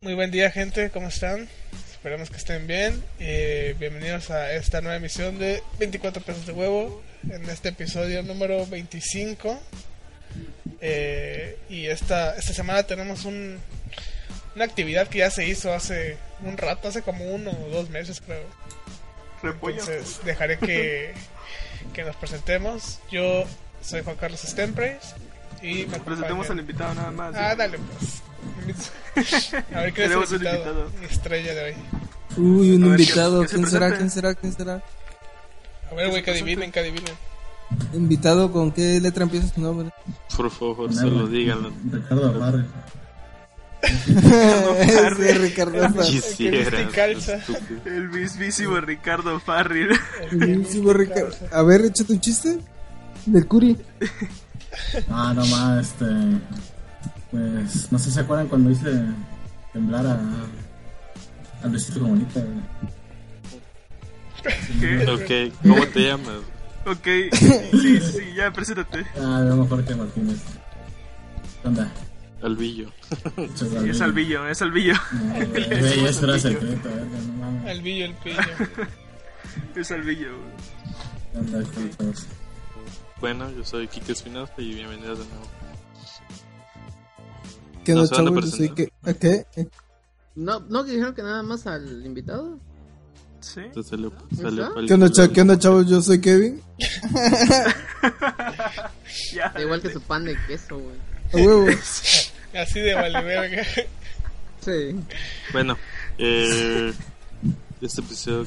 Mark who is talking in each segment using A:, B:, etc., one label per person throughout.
A: Muy buen día gente, ¿cómo están? Esperamos que estén bien. Eh, bienvenidos a esta nueva emisión de 24 pesos de huevo, en este episodio número 25. Eh, y esta, esta semana tenemos un, una actividad que ya se hizo hace un rato, hace como uno o dos meses creo.
B: Repollo.
A: Entonces dejaré que, que nos presentemos. Yo soy Juan Carlos Stempreis y me
B: Presentemos al
A: acompaña-
B: invitado nada más.
A: Ah, dale pues. A ver qué es el
B: Tenemos un
A: invitado,
B: invitado.
A: mi estrella de hoy.
C: Uy, un
B: A ver,
C: invitado.
B: que- que se
C: ¿Quién será? ¿Quién
B: presente.
C: será? ¿Quién será?
A: A ver, güey, que
B: presente.
A: adivinen, que adivinen.
C: Invitado, ¿con qué letra empieza su nombre?
D: Por favor, solo díganlo.
E: Ricardo Amarre.
C: Ese Ricardo Farri.
A: El que
D: Quisiera.
A: viste calza.
D: estúpido.
B: El mismísimo Ricardo Farril.
C: Buenísimo, Ricardo. A ver, échate un chiste. Del Curi.
E: Ah, no más, este. Pues, no sé si se acuerdan cuando hice temblar a. a Luisito Comunista, güey.
B: ¿Qué?
D: Ok, ¿cómo te llamas?
B: Ok. Sí, sí, ya, preséntate.
E: Ah, no, mejor que Martínez. ¿Qué onda?
D: Albillo.
B: Sí, es Albillo, es Albillo.
E: No, Ah, güey, güey, eso era secreto, verga, no mames.
A: Al billo, el pillo.
B: Es Albillo. güey.
E: ¿Qué onda, chicos?
D: Bueno, yo soy Kike Espinosa y bienvenidos de nuevo.
C: ¿Qué
D: No
C: no,
D: se van a
C: chavos? Yo soy que...
D: presentar.
C: ¿A qué?
F: No, no que dijeron que nada más al invitado.
B: Sí.
D: Se salió- salió
F: ¿Está?
D: el-
C: ¿Qué onda, cha- ¿Qué onda, chavos? Yo soy Kevin.
B: Ya.
F: Da igual que su pan de queso, güey.
C: A huevo.
A: Así de vale verga.
F: Sí.
D: Bueno, eh, este episodio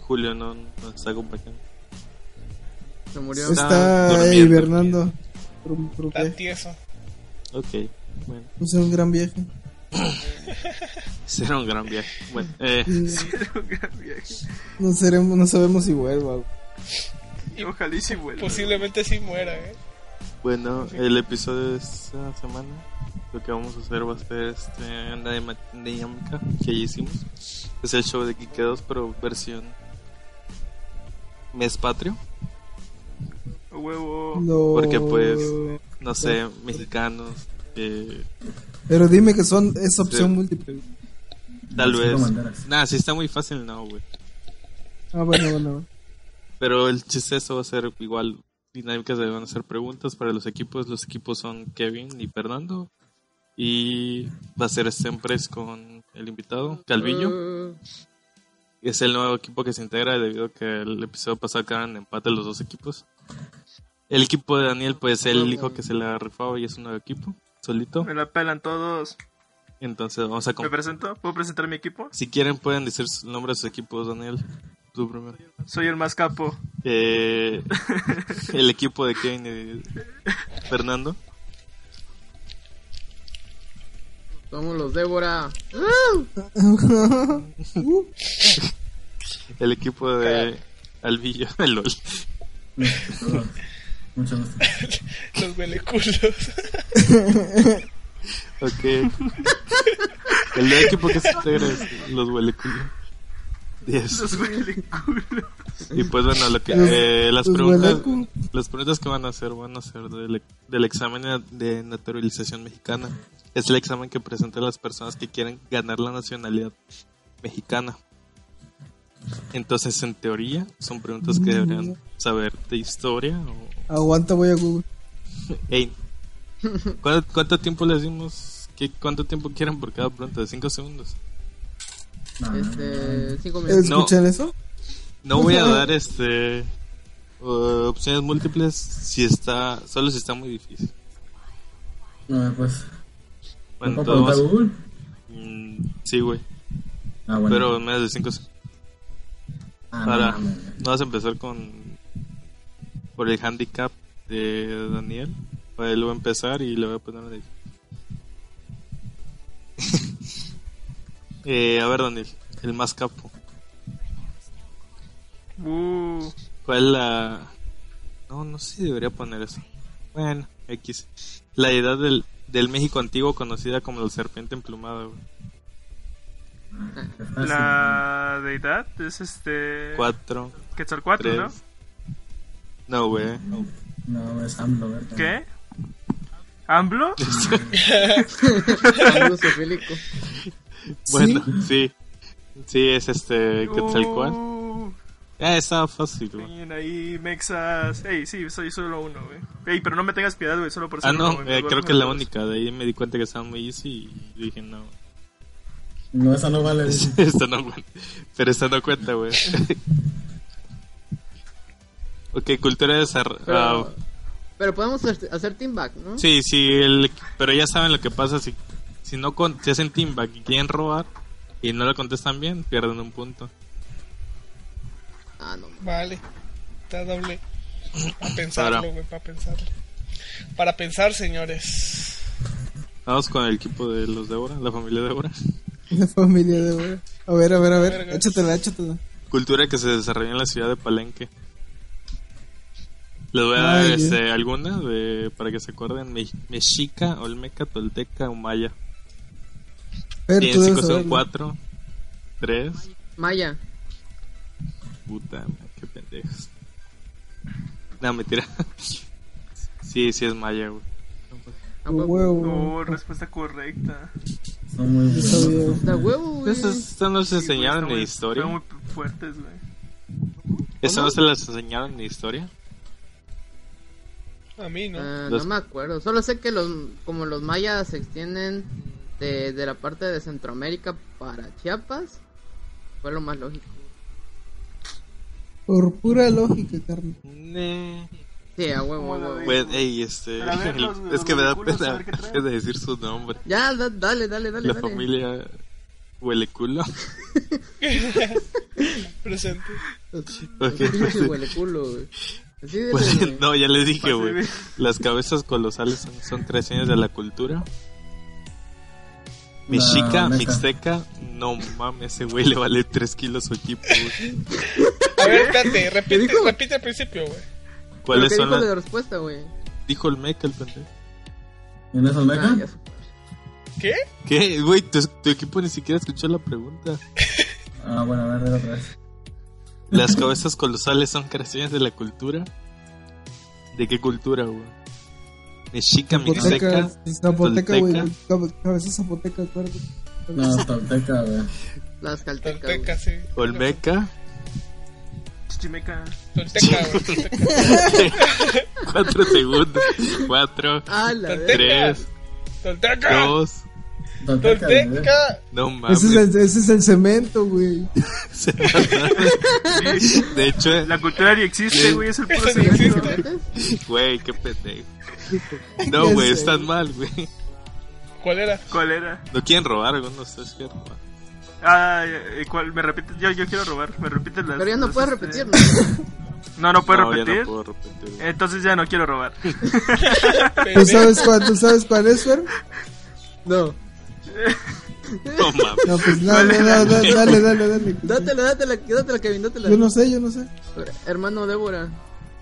D: Julio no nos está acompañando.
F: Se murió.
D: Está
C: Está ahí
D: durmiendo.
C: Bernardo. Por- por
A: Está
C: qué?
A: tieso.
D: Ok, bueno,
C: No sé, un gran viaje.
D: será un gran viaje. Bueno, eh,
C: No, seremos, no sabemos si vuelva. güey.
B: Ojalá y si vuelva.
A: Posiblemente sí muera, eh.
D: bueno, el episodio de esta semana lo que vamos a hacer va a ser este, una dima- dinámica que ya hicimos. Es el show de Kike 2, pero versión mes patrio.
B: Huevo.
C: No.
D: Porque, pues, no sé, mexicanos, eh,
C: Pero dime que son... Es opción
D: Sí.
C: múltiple.
D: tal
E: Las
D: vez.
E: cinco banderas.
D: Nada, si está muy fácil, no, güey.
C: Ah, bueno, bueno.
D: Pero el chiste eso va a ser igual dinámicas, de van a ser preguntas para los equipos. Los equipos son Kevin y Fernando. Y va a ser Sempres con el invitado, Calvillo.
F: Uh,
D: Es el nuevo equipo que se integra debido a que el episodio pasado quedaron en empate los dos equipos. El equipo de Daniel, pues él dijo que se la rifaba y es un nuevo equipo, solito.
B: Me la pelan todos.
D: Entonces vamos a
B: ¿Me
D: comp-
B: presento? ¿Puedo presentar mi equipo?
D: Si quieren pueden decir su nombre de sus equipos, Daniel. Tú primero.
B: Soy el más capo.
D: Eh, el equipo de Kevin y Fernando.
F: somos los Débora.
D: El equipo de Alvillo. el LOL.
E: Todos. Mucho gusto.
A: Los hueleculos.
D: Ok. El nuevo equipo que se integra es los hueleculos. Yes.
B: Los huele el culo.
D: Y pues bueno, lo que, eh, las,
C: Los
D: preguntas,
C: huelecu.
D: las preguntas que van a hacer van a ser del, del examen de naturalización mexicana. Es el examen que presentan las personas que quieren ganar la nacionalidad mexicana. Entonces, en teoría, son preguntas que
C: Mm.
D: deberían saber de historia o
C: Aguanta, voy a Google.
D: Ey, ¿cuán- ¿cuánto, tiempo les dimos? ¿Qué, ¿Cuánto tiempo quieren por cada pregunta? ¿De 5 segundos?
E: No,
F: Este, cinco minutos.
C: ¿Escuchan eso?
D: No voy a dar este uh, opciones múltiples si está solo si está muy difícil.
E: no, no, pues.
D: Bueno,
E: ¿no puedo
D: todos
E: preguntar
D: vamos-
E: Google?
D: Mm, sí, güey,
E: Ah, bueno.
D: pero menos de 5 segundos.
E: Ah, no,
D: Para,
E: no, no, no.
D: no vas a empezar con por el handicap de Daniel. Para él voy a empezar y le voy a poner una dif- Eh, a ver, Daniel, el más capo.
B: Uh,
D: ¿Cuál la.? No, no sé si debería poner eso. Bueno, X. La edad del, del México antiguo conocida como la serpiente emplumada, güey.
E: Está
B: la deidad es este.
D: Cuatro,
B: Quetzalcoatl,
D: tres.
B: ¿no?
D: No, güey.
E: así. No, es AMLO, ¿verdad?
B: ¿Qué? ¿Amblo?
F: Algo sofílico.
D: Bueno, sí. Sí, es este. Quetzalcoatl.
B: Uh,
D: Ah, estaba fácil, güey.
B: miren ahí, mexas. Ey, sí, soy solo uno, güey. Ey, pero no me tengas piedad, güey, solo por ser
D: Ah,
B: uno,
D: no,
B: güey,
D: eh,
B: mejor
D: creo que es la
B: todos.
D: única. De ahí me di cuenta que estaba muy easy y dije, no.
E: No, esa no vale.
D: esta no cuenta. Pero esta no cuenta, güey. ok, cultura de desarrollo.
F: Pero, pero podemos hacer, hacer team back, ¿no?
D: Ah, sí, sí, el- pero ya saben lo que pasa. Si, si no con, si hacen teamback y quieren robar y no lo contestan bien, pierden un punto.
F: Ah, no. ma.
A: Vale. Está doble. Para pensarlo,
D: Para.
A: güey, para pensarlo. Para pensar, señores.
D: Vamos con el equipo de los Débora, la familia Débora.
C: La familia de ahora. A ver, a ver, a ver.
A: Vergas.
C: Échatela, échatela.
D: Cultura que se desarrolló en la ciudad de Palenque. Les voy a dar
C: Ay,
D: este, alguna de, para que se acuerden: Me- Mexica, Olmeca, Tolteca, Humaya.
C: Fer, tú
D: Tienen
C: debes
D: 5, son
C: saberlo.
D: 4, 3,
F: Maya.
D: Puta, madre, qué pendejos. No, mentira. Sí, sí es maya, güey.
F: A
C: Un
F: huevo.
C: huevo.
B: No, "Oh, respuesta correcta.
E: Son muy
C: Yo sabía.
E: buenos.
F: Da huevo, güey.
D: Estas estas no se
B: Pues, Sí, güey,
D: enseñaron
B: están
D: en
B: muy-
D: historia.
B: están muy fuertes, güey.
D: Estas no se las enseñaron en historia.
A: A mí, ¿no?
F: Ah,
D: Los-
F: No me acuerdo. Solo sé que los, como los mayas se extienden de, de la parte de Centroamérica para Chiapas, fue lo más lógico.
C: Por pura lógica, carnal.
D: Ne.
F: Sí, a huevo, a
B: Bueno,
F: huevo.
D: Güey, ey, este.
B: Pero a ver, los-
D: es que me da
B: los culos, a
D: pena
B: ver qué traen.
D: de decir su nombre.
F: Ya, da- dale, dale, dale.
D: La
F: dale.
D: familia huele culo.
A: Presente.
D: Ok,
F: Pinche huele culo, güey. Así de
D: pues, no, ya les dije,
B: Pase,
D: güey.
B: güey.
D: Las cabezas colosales son, son tres señas de la cultura. Mexica,
E: La meca.
D: mixteca. No mames, ese güey le vale 3 kilos su equipo, güey.
A: A ver, espérate, repite, repite al principio, güey.
F: ¿Cuál
D: ¿Cuáles son
F: dijo
D: las.?
F: de respuesta, güey?
D: Dijo el meca el pendejo.
E: ¿En esa
F: Ah,
E: Olmeca?
F: ya supe.
A: ¿Qué?
D: ¿Qué? Güey, tu, tu equipo ni siquiera escuchó la pregunta.
E: Ah, bueno, a ver, de otra vez.
D: Las cabezas colosales son creaciones de la cultura. ¿De qué cultura, güey? Mexica,
C: Zapoteca,
D: mixteca,
C: zapoteca, güey.
D: tolteca.
C: Cab- Cabeza zapoteca, acuérdate.
E: No, es Tolteca, güey.
F: Las caltecas. güey.
A: Tolteca, sí.
D: Olmeca.
B: Chichimeca.
A: Tolteca, güey. Tolteca.
D: Cuatro segundos. Cuatro,
F: Ah, la verga.
D: tres,
A: Tolteca.
D: dos.
E: Tolteca. güey.
A: Tolteca.
D: No mames.
C: Ese es, el, ese es el cemento, güey.
D: se pasaron. De hecho,
B: La cultura ni existe, güey, es el puro
A: Eso no
B: cemento.
A: existe.
D: güey, qué pendejo. No, güey, están mal, güey.
A: ¿Cuál era?
B: ¿Cuál era?
D: No quieren robar, güey, no ustedes quieren robar.
B: Ah, eh, ¿cuál? Me repites, yo, yo quiero robar, me repites las...
F: Pero ya no
B: las,
F: puedes
B: este-
F: repetir, ¿no?
B: No, no puedes
D: No, ya
B: repetir.
D: no puedo repetir. güey.
B: Entonces ya no quiero robar.
C: ¿Tú sabes cuál, ¿tú sabes cuál es, Fer?
F: No.
D: No mames.
C: No, pues no, no, no, dale, dale, dale. dale.
F: Dátela, dátela, dátela, Kevin, dátela.
C: Yo no sé, yo no sé.
F: Hermano Débora.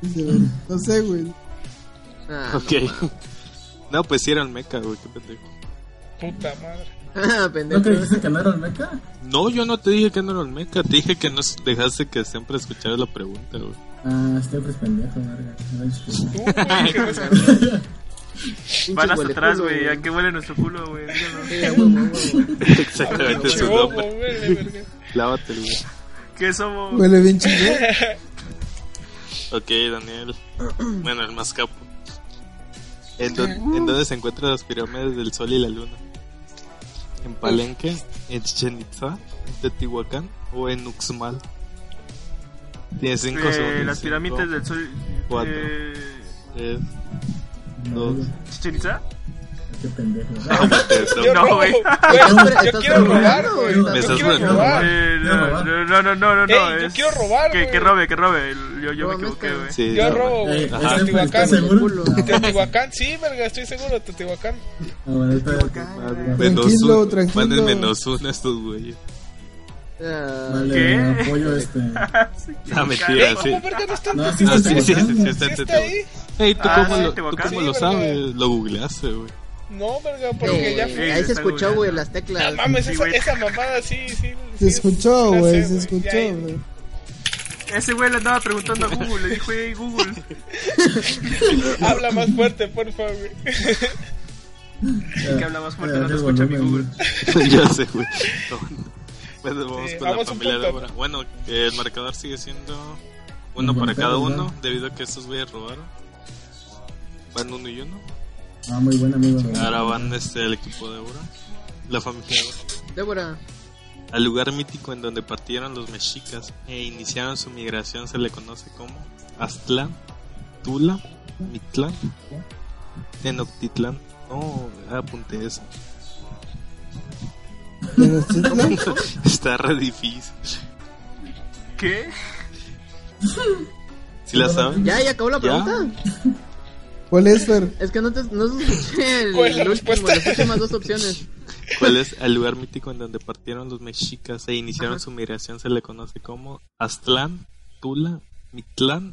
C: Dice, güey, No sé, güey.
F: Ah, no.
D: Ok. No, pues sí era el meca, güey, qué pendejo.
A: Puta madre.
F: Ah,
E: ¿No
F: pendejo.
E: te dijiste que no era Olmeca?
D: No, yo no te dije que no era el meca, te dije que no s- dejaste que siempre escucharas la pregunta, güey.
E: Ah, siempre es pendejo, verga. No es
A: Tú,
E: chido.
A: güey, que no escuchas.
F: Pinche
B: Van hasta
F: huele
B: atrás,
F: culo,
B: güey, ¿a qué huele nuestro culo, güey? Díganos.
F: Sí, a huevo, a huevo.
D: Exactamente su
A: Chavo,
D: nombre.
A: güey, de verga.
D: Lávate, güey.
B: ¿Qué somos?
C: Huele bien chingón.
D: Ok, Daniel. Bueno, el más capo. ¿En, dónde- en dónde se encuentran las pirámides del Sol y la Luna? ¿En Palenque? ¿En Chichen Itza? ¿En Teotihuacán? ¿O en Uxmal? Tiene cinco
B: Eh,
D: segundos.
B: las pirámides del sol...
D: cuatro.
B: Eh,
D: Tres, dos,
B: ¿Chichen Itza?
E: Qué pendejo.
D: Ah,
A: Yo
B: No,
A: robo,
B: güey.
A: güey. Yo
F: Estás
A: quiero robar,
F: bromeando,
A: güey.
F: güey.
D: Me
A: Yo
D: estás
A: quiero
D: bromeando.
A: robar.
B: Eh, no,
E: robar.
B: no, no, no, no, no.
A: Ah, Ey, yo
B: es-
A: quiero robar,
B: Que, que
A: güey.
B: robe, que robe. Yo, yo me
F: Róbame
B: equivoqué,
F: este.
B: güey.
D: Sí,
A: Yo
D: no.
A: robo,
E: Ey,
A: güey.
E: este,
D: Ajá.
E: güey,
A: Teotihuacán.
E: ¿Estás seguro?
F: Culo.
A: Teotihuacán, sí, verga, estoy seguro, Teotihuacán.
E: Ah, bueno, está-
D: Menos
C: Tranquilo,
D: uno.
C: tranquilo.
D: Van en menos uno estos güeyes.
F: Ah,
E: Vale,
B: ¿Qué?
E: apoyo este.
D: Ah,
A: Ey,
D: mentira, sí.
A: ¿Cómo verga no está?
E: No, sí,
D: Ah,
E: está
D: sí, sí, sí,
E: Teotihuacán.
D: sí, está
A: ¿Sí
D: en
A: está ahí?
D: Teotihuacán. Ey, ¿tú
B: Ah,
D: cómo,
B: sí,
D: lo, tú
B: Teotihuacán.
D: cómo lo
A: Sí,
D: sabes?
A: porque-
D: Lo googleaste, güey.
A: No, verga, porque
F: eh,
A: ya
B: fue.
F: ahí
B: Sí,
F: se
B: está
F: escuchó,
B: muy
F: güey,
B: bien.
F: las teclas.
A: No mames,
B: Sí,
A: esa,
B: güey.
A: esa mamada sí, sí.
C: Se
A: sí,
C: escuchó,
A: la sé,
C: güey, se
A: Ya,
C: escuchó, güey.
B: Ese güey le andaba preguntando a Google. Le dijo, hey, Google.
A: Habla más fuerte, por favor.
B: que habla más fuerte,
E: Eh,
B: no te
E: del
B: escucha mi
E: volumen,
B: Google.
D: ya sé, güey. Bueno, vamos
A: Sí,
D: con
A: vamos
D: la
A: un
D: familia de
A: punto.
D: ahora. Bueno, que el marcador sigue siendo uno
E: Un
D: para
E: punto,
D: cada
E: ¿verdad?
D: uno, debido a que estos güeyes robaron. Van uno y uno.
E: Ah, muy buen amigo.
D: Ahora van este, el equipo de ahora. La familia de ahora.
F: Débora,
D: Al lugar mítico en donde partieron los mexicas e iniciaron su migración se le conoce como Aztlán, Tula, Mictlán, Tenochtitlán. No, apunté eso.
C: Tenochtitlán.
D: Está re difícil.
B: ¿Qué?
D: ¿Sí la saben?
F: ¿ya, ya acabó la
D: ¿Ya?
F: pregunta?
C: ¿Cuál es, Fer?
F: Es que no te no te escuché el,
A: ¿Cuál es la
F: el último,
A: respuesta?
F: las últimas dos opciones.
D: ¿Cuál es el lugar mítico en donde partieron los mexicas e iniciaron su migración? Se le conoce como Aztlán, Tula, Mictlán,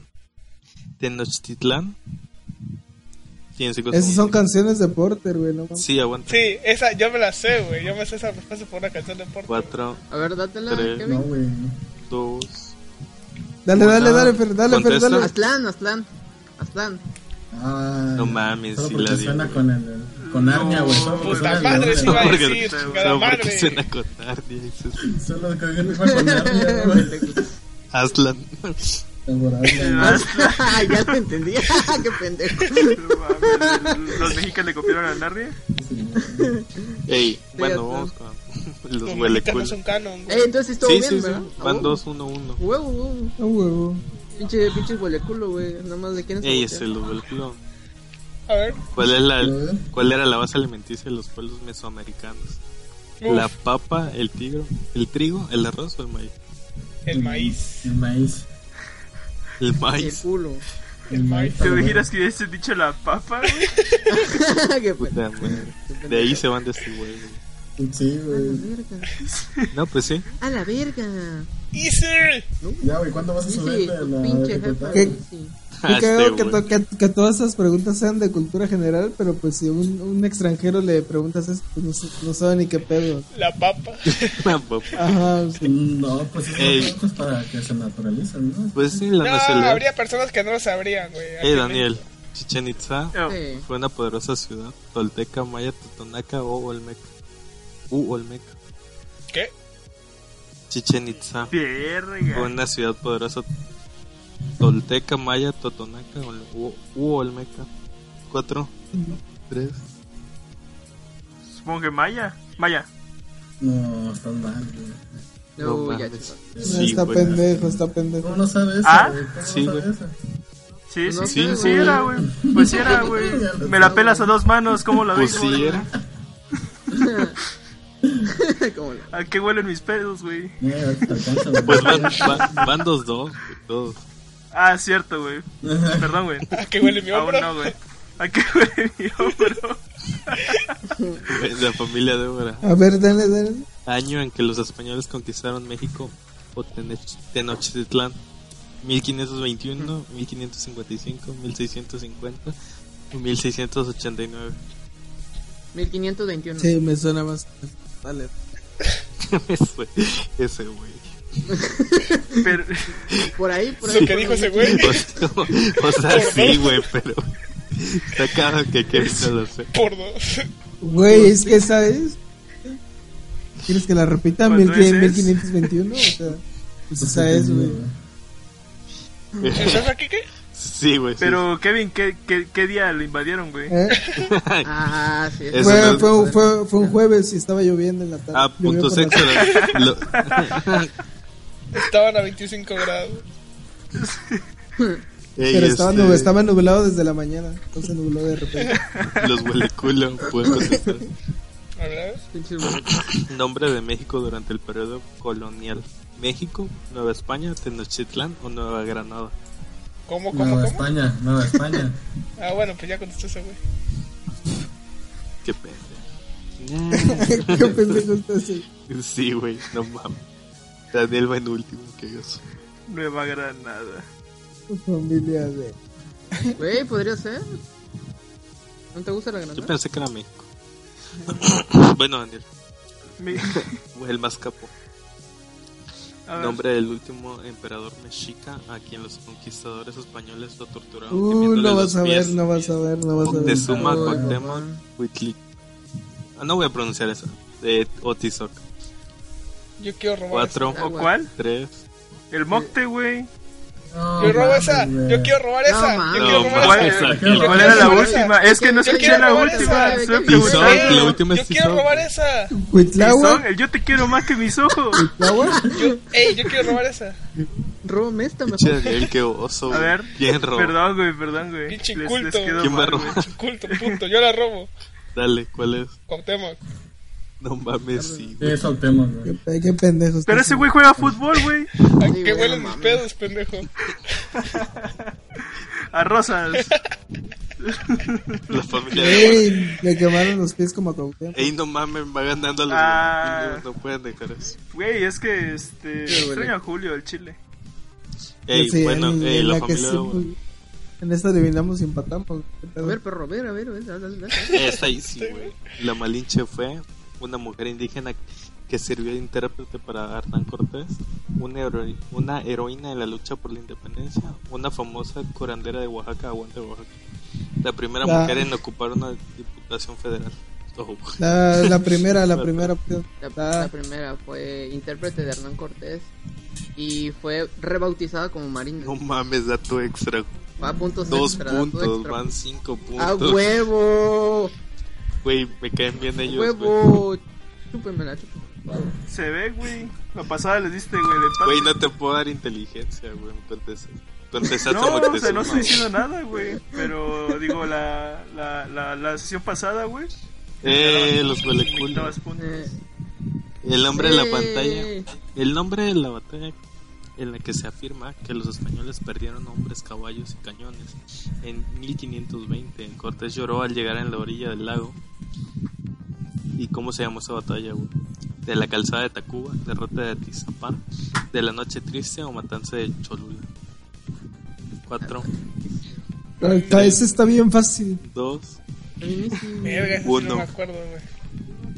D: Tenochtitlán. Fíjense con su
C: Esas son
D: música.
C: canciones de Porter, güey, no mames.
D: Sí, aguanta.
A: Sí, esa, yo me la sé, güey. Yo me sé esa respuesta por una canción de Porto.
D: Cuatro,
F: A ver, dátela,
D: Tres.
E: No,
F: Kevin.
E: güey.
D: dos.
C: Dale, dale,
D: Bueno,
C: dale, Fer, dale, Fer,
D: contesta.
C: dale.
F: Aztlán, Aztlán. Aztlán.
E: Ah,
D: No mames,
E: solo
D: sí
E: porque
D: la di,
E: suena
D: güey.
E: con el. Con Narnia, güey. solo porque
A: Puta
E: suena el
A: madre, sí,
E: nombre.
A: va a
D: Porque-
A: decir,
D: solo
A: cada
D: porque
A: madre.
D: suena con Narnia, dices,
E: Solo que suena con Narnia, güey.
D: Aztlán.
E: Temporada.
F: Ah, ya lo entendí. Ah, Qué pendejo.
B: Los mexicanos le copiaron a Narnia.
E: pues
D: Ey,
F: Aztlán.
D: bueno, vamos con los
A: Los mexicanos
D: hueleculos.
A: son canon, güey.
F: Eh, entonces sí estuvo
D: Sí,
F: bien,
D: sí, sí.
F: ¿verdad?
D: Van
F: Ah,
D: dos, uno, uno.
F: Huevo, huevo.
C: A huevo.
F: Pinche, pinche hueleculo, güey. Nada más de quién
D: Ey, es el hueleculo.
A: A ver.
D: ¿Cuál, es
E: A
D: la,
E: ver.
D: ¿Cuál era la base alimenticia de los pueblos mesoamericanos?
A: Uf,
D: ¿La papa, el tigre, el trigo, el arroz o el maíz?
A: el maíz.
E: El maíz.
D: El
F: El
D: maíz.
F: culo.
E: El maíz.
B: ¿Te imaginas que hubiese dicho la papa, güey?
F: Qué pendejo.
D: Puta madre. De ahí se van de este güey. güey.
E: Sí, güey.
F: Verga.
D: No, pues sí.
F: A la verga.
A: Easy.
E: Ya, güey, ¿cuándo vas a
F: Sí,
E: subirte a
F: tu
E: la
F: pinche
E: dificultad?
F: jefa.
C: ¿Qué?
F: sí.
D: Ah,
C: Qué
D: este
C: cagado que,
D: güey.
C: to- que, que todas esas preguntas sean de cultura general, pero pues si un, un extranjero le preguntas eso, pues no, se- no sabe ni qué pedo.
A: La papa.
D: La papa.
C: Ajá, o sea,
E: No, pues es
D: Ey.
E: productos para que se naturalicen, ¿no?
D: Pues sí, la
A: No,
D: nacionalidad.
A: habría personas que no lo sabrían, güey.
D: Ey, Daniel. Chichen Itza
B: No.
F: Sí.
D: fue una poderosa ciudad. Tolteca, Maya, Totonaca o Olmeca. U Olmeca.
A: ¿Qué?
D: Chichen Itza fue
B: Verga.
D: una ciudad poderosa. Tolteca, Maya, Totonaca Ol- u, u Olmeca. Cuatro, tres.
B: Supongo que Maya. Maya.
E: No, están mal, güey.
D: No
F: No, ya,
D: mames.
F: chicos.
D: Sí,
C: está
D: güey.
C: pendejo, está pendejo.
E: ¿Cómo no sabes eso,
B: ¿Ah?
E: güey? ¿Cómo
D: Sí,
E: no
D: güey.
E: sabes eso?
B: Sí, sí,
F: No sé,
B: sí,
F: güey.
B: sí era, güey. Pues sí era, güey. Me la pelas a dos manos, ¿cómo la
D: Pues
B: ves,
D: sí,
B: güey?
D: era.
F: Como la-
B: ¿A qué huelen mis pedos, güey?
E: No, ya te alcanza, güey.
D: Pues van, van, van dos, dos, güey, todos.
B: Ah, cierto, güey. Perdón, güey.
A: ¿A qué huele mi hombro?
B: Aún no, güey. ¿A qué huele mi hombro?
D: Güey, La familia de Débora.
C: A ver, dale, dale.
D: Año en que los españoles conquistaron México o Tenoch- Tenochtitlán. 1521, 1555, 1650 y 1689.
F: 1521.
C: Sí, me suena más. Vale.
D: ese, ese güey.
B: Pero,
F: Por ahí, por ahí.
A: Lo que
F: por
A: dijo
F: ahí.
A: ese güey.
D: O sea, o sea, sí, güey, pero. Está claro que Kevin no lo sé.
A: Por dos.
C: Güey, es que esa es. ¿Quieres que la repita?
B: Pues
C: Mil
B: no es
C: quin-
B: es.
C: 1521, o sea. Pues esa es, güey.
A: ¿Estás aquí qué?
D: Sí, güey. sí.
B: pero Kevin, ¿qué, qué, qué día lo invadieron, güey?
C: ¿Eh?
F: Ah, sí.
D: Eso no
C: Fue, fue,
D: es-
C: fue, fue un jueves y estaba lloviendo en la tarde.
D: Ah,
C: Llovió
D: punto
C: por la-
D: sexo. lo-
A: Estaban a 25 grados.
D: Ey,
C: Pero estaba,
D: este,
C: nub- estaba nublado desde la mañana, entonces nubló de repente.
D: Los huele culo, pues, puedes contestar.
A: ¿Verdad?
F: Pinches huevos.
D: Nombre de México durante el periodo colonial. México, Nueva España, Tenochtitlán o Nueva Granada.
A: ¿Cómo, cómo,
E: Nueva
A: cómo?
E: España, Nueva España.
A: Ah, bueno, pues ya contestó ese güey.
D: Qué pena.
C: Qué pendejo está así.
D: Sí, güey, no mames. Daniel va en último, qué gozo.
B: Nueva Granada.
C: Familia de.
F: Güey, podría ser. ¿No te gusta la
D: Yo
F: granada?
D: pensé que era México. bueno, Daniel,
B: Mi-
D: el más capo.
B: a ver,
D: Nombre del último emperador mexica a quien los conquistadores españoles lo torturaron.
C: Uh,
D: quemiéndole
C: no
D: los
C: vas a ver,
D: pies.
C: no vas a ver, no vas a ver. Ah,
D: Moctezuma,
F: Ay,
D: Cuauhtémoc,
F: mamá.
D: Huitli. Ah, no voy a pronunciar eso. De Otizoc.
A: Yo quiero robar
D: Cuatro,
B: ¿O cuál?
D: tres.
B: El Mocte, güey.
E: No,
A: esa. Yo robo esa,
E: mames, güey.
A: yo quiero robar
F: No,
A: esa, yo
F: mames.
A: quiero
D: No,
A: robar
B: ¿Cuál,
D: mames,
A: esa.
D: exacto.
A: Yo
B: cuál
A: quiero
B: era la
A: robar
B: última?
A: esa.
B: Es que no
A: Yo
B: escuché
A: quiero
B: la
A: robar
B: última.
A: esa.
B: Estoy
F: Tizoc,
D: Tizoc,
B: preguntando.
D: la última
A: Yo
D: es
A: quiero
D: Tizoc.
A: robar esa.
B: Tizoc,
C: Cuitlahua,
B: el yo te quiero más que mis ojos.
C: Cuitlahua.
A: Yo, ey, yo quiero robar esa.
F: Róbame esta
D: Pinche
F: mejor.
D: Daniel, qué oso.
B: A
D: güey.
B: ver.
D: ¿Quién robó?
B: Perdón, güey, perdón, güey.
A: Pinche
B: Les- les
A: culto.
B: quedo
D: ¿Quién me
B: mal,
D: robó?
B: güey.
A: Culto, punto. Yo la robo.
D: Dale, ¿cuál es?
A: Cuauhtémoc.
D: No mames, sí.
E: Sí, es Cuauhtémoc, güey.
C: Qué, pe- qué pendejo.
B: Pero ese güey juega fútbol, güey.
A: ¿A
F: Sí,
A: qué
F: güey,
A: huelen
F: no
A: mis
F: mames.
A: pedos, pendejo?
B: A Rosas.
D: La familia de
C: Ey, le quemaron los pies como a Cuauhtémoc.
D: Ey, no mames, va ganando a los
B: Ah.
D: niños, No pueden dejar eso.
B: Güey, es que este.
F: Qué huele.
B: Extraño a Julio, el chile.
D: Ey,
C: Sí,
D: bueno,
C: en-
D: ey,
C: en
D: la,
C: la que
D: familia de
C: siempre- En esta adivinamos y empatamos. ¿Qué
F: A
C: pedo?
F: ver, perro, a ver, a ver, a ver. dale, dale, dale.
D: Esa ahí sí, güey. La Malinche fue una mujer indígena que sirvió de intérprete para Hernán Cortés, una, hero- una heroína de la lucha por la independencia, una famosa curandera de Oaxaca, aguante Oaxaca, la primera
C: La-
D: mujer en ocupar una diputación federal. Ojo, güey.
C: La, la primera, la primera opción.
F: La,
C: Ah.
F: la primera fue intérprete de Hernán Cortés y fue rebautizada como Marina.
D: no mames, dato extra.
F: Va a puntos
D: Dos
F: extra, dato
D: puntos,
F: extra. Ah,
D: van cinco
F: ¡A
D: puntos.
F: huevo!
D: Güey, me caen bien ellos, güey.
F: ¡Huevo! Chúpenmela, chúpenmela.
B: Se ve, güey. La pasada les diste, güey, el empate.
D: Güey, no te puedo dar inteligencia, güey. me contesté. Contestaste
B: No, o sea,
D: Moctezuma,
B: no estoy
D: güey.
B: diciendo nada, güey. Pero digo, la, la, la, la sesión pasada, güey.
D: Eh, los
B: me
D: hueleculos.
B: dabas puntos.
F: Eh,
D: El nombre de la
F: Sí.
D: pantalla. El nombre de la batalla en la que se afirma que los españoles perdieron hombres, caballos y cañones. En 1520, Cortés lloró al llegar en la orilla del lago. ¿Y cómo se llamó esa batalla, güey? De la calzada de Tacuba, derrota de Atizapán, de la noche triste o matanza de Cholula. 4,
C: Esta- Ese está bien fácil.
D: 2,
F: a mí sí.
A: Verga, esa sí
D: Uno.
A: no me acuerdo, güey.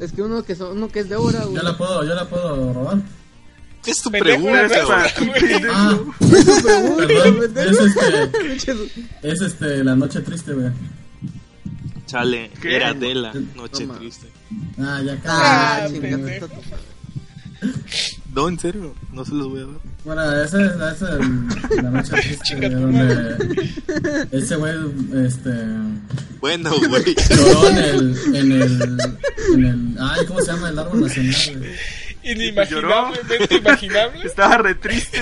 F: Es que uno que, son, uno que es de hora, güey.
E: Yo la puedo, yo la puedo robar.
D: ¿Qué es tu
A: Pendejo,
D: pregunta,
A: güey.
D: güey?
E: Ah, perdón, es este,
F: Ah,
E: es este, la noche triste, güey.
D: Chale,
B: ¿Qué?
D: era de la noche
F: Toma.
D: triste.
E: Ah, ya
F: Ah,
E: acá.
F: chingada,
A: pendejo.
F: está-
D: No, en serio, no se los voy a dar.
E: Bueno, esa es, esa es el- la noche triste, güey, donde ese güey, este,
D: Bueno, güey.
E: Lloró en el, en el, en el, ay, ¿cómo se llama el árbol nacional? güey? Pues,
A: Inimaginablemente imaginable.
B: Estaba re triste.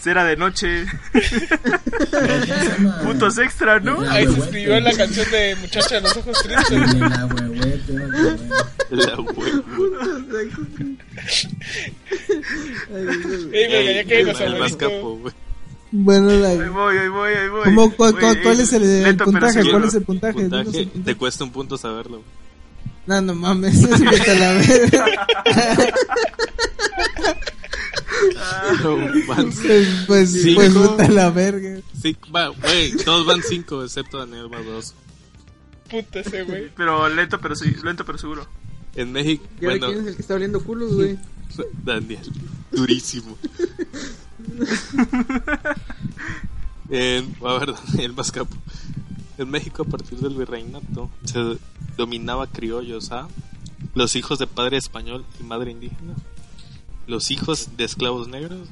B: Será de noche.
C: Ah.
E: ¿Cómo se llama?
B: Puntos extra, ¿no?
E: Ya,
A: Ahí se
E: güey,
A: escribió
E: güey.
A: la canción de Muchacha de los Ojos Tristes.
E: En el ahuehuete, no, güey.
D: La huevo.
A: Ey, verga, ya que
D: el
A: nos
D: el más
A: abuelito.
D: capo, güey.
C: Bueno,
B: Ahí
C: la,
B: voy, ahí voy, ahí voy.
C: ¿Cómo, cuál,
B: Güey,
C: cuál, cuál
B: ey,
C: es el, el
B: lento, pero
C: puntaje?
B: seguro.
C: ¿Cuál es el puntaje? Dinos
D: Puntaje,
C: el puntaje.
D: te cuesta un punto saberlo. güey.
C: No, no mames, vete a la verga.
D: No, van
C: Pues, pues,
D: Cinco.
C: pues vete a la verga.
D: cinco, va, güey, todos van cinco, excepto Daniel va dos.
A: Puta ese, güey.
B: Pero lento, pero sí, lento, pero seguro.
D: En México,
F: ¿Y ahora
D: bueno,
F: quién es el que está oliendo culos, güey?
D: Daniel, durísimo. En, a ver, Daniel más capo. En México, a partir del virreinato, se dominaba criollos a los hijos de padre español y madre indígena, los hijos de esclavos negros,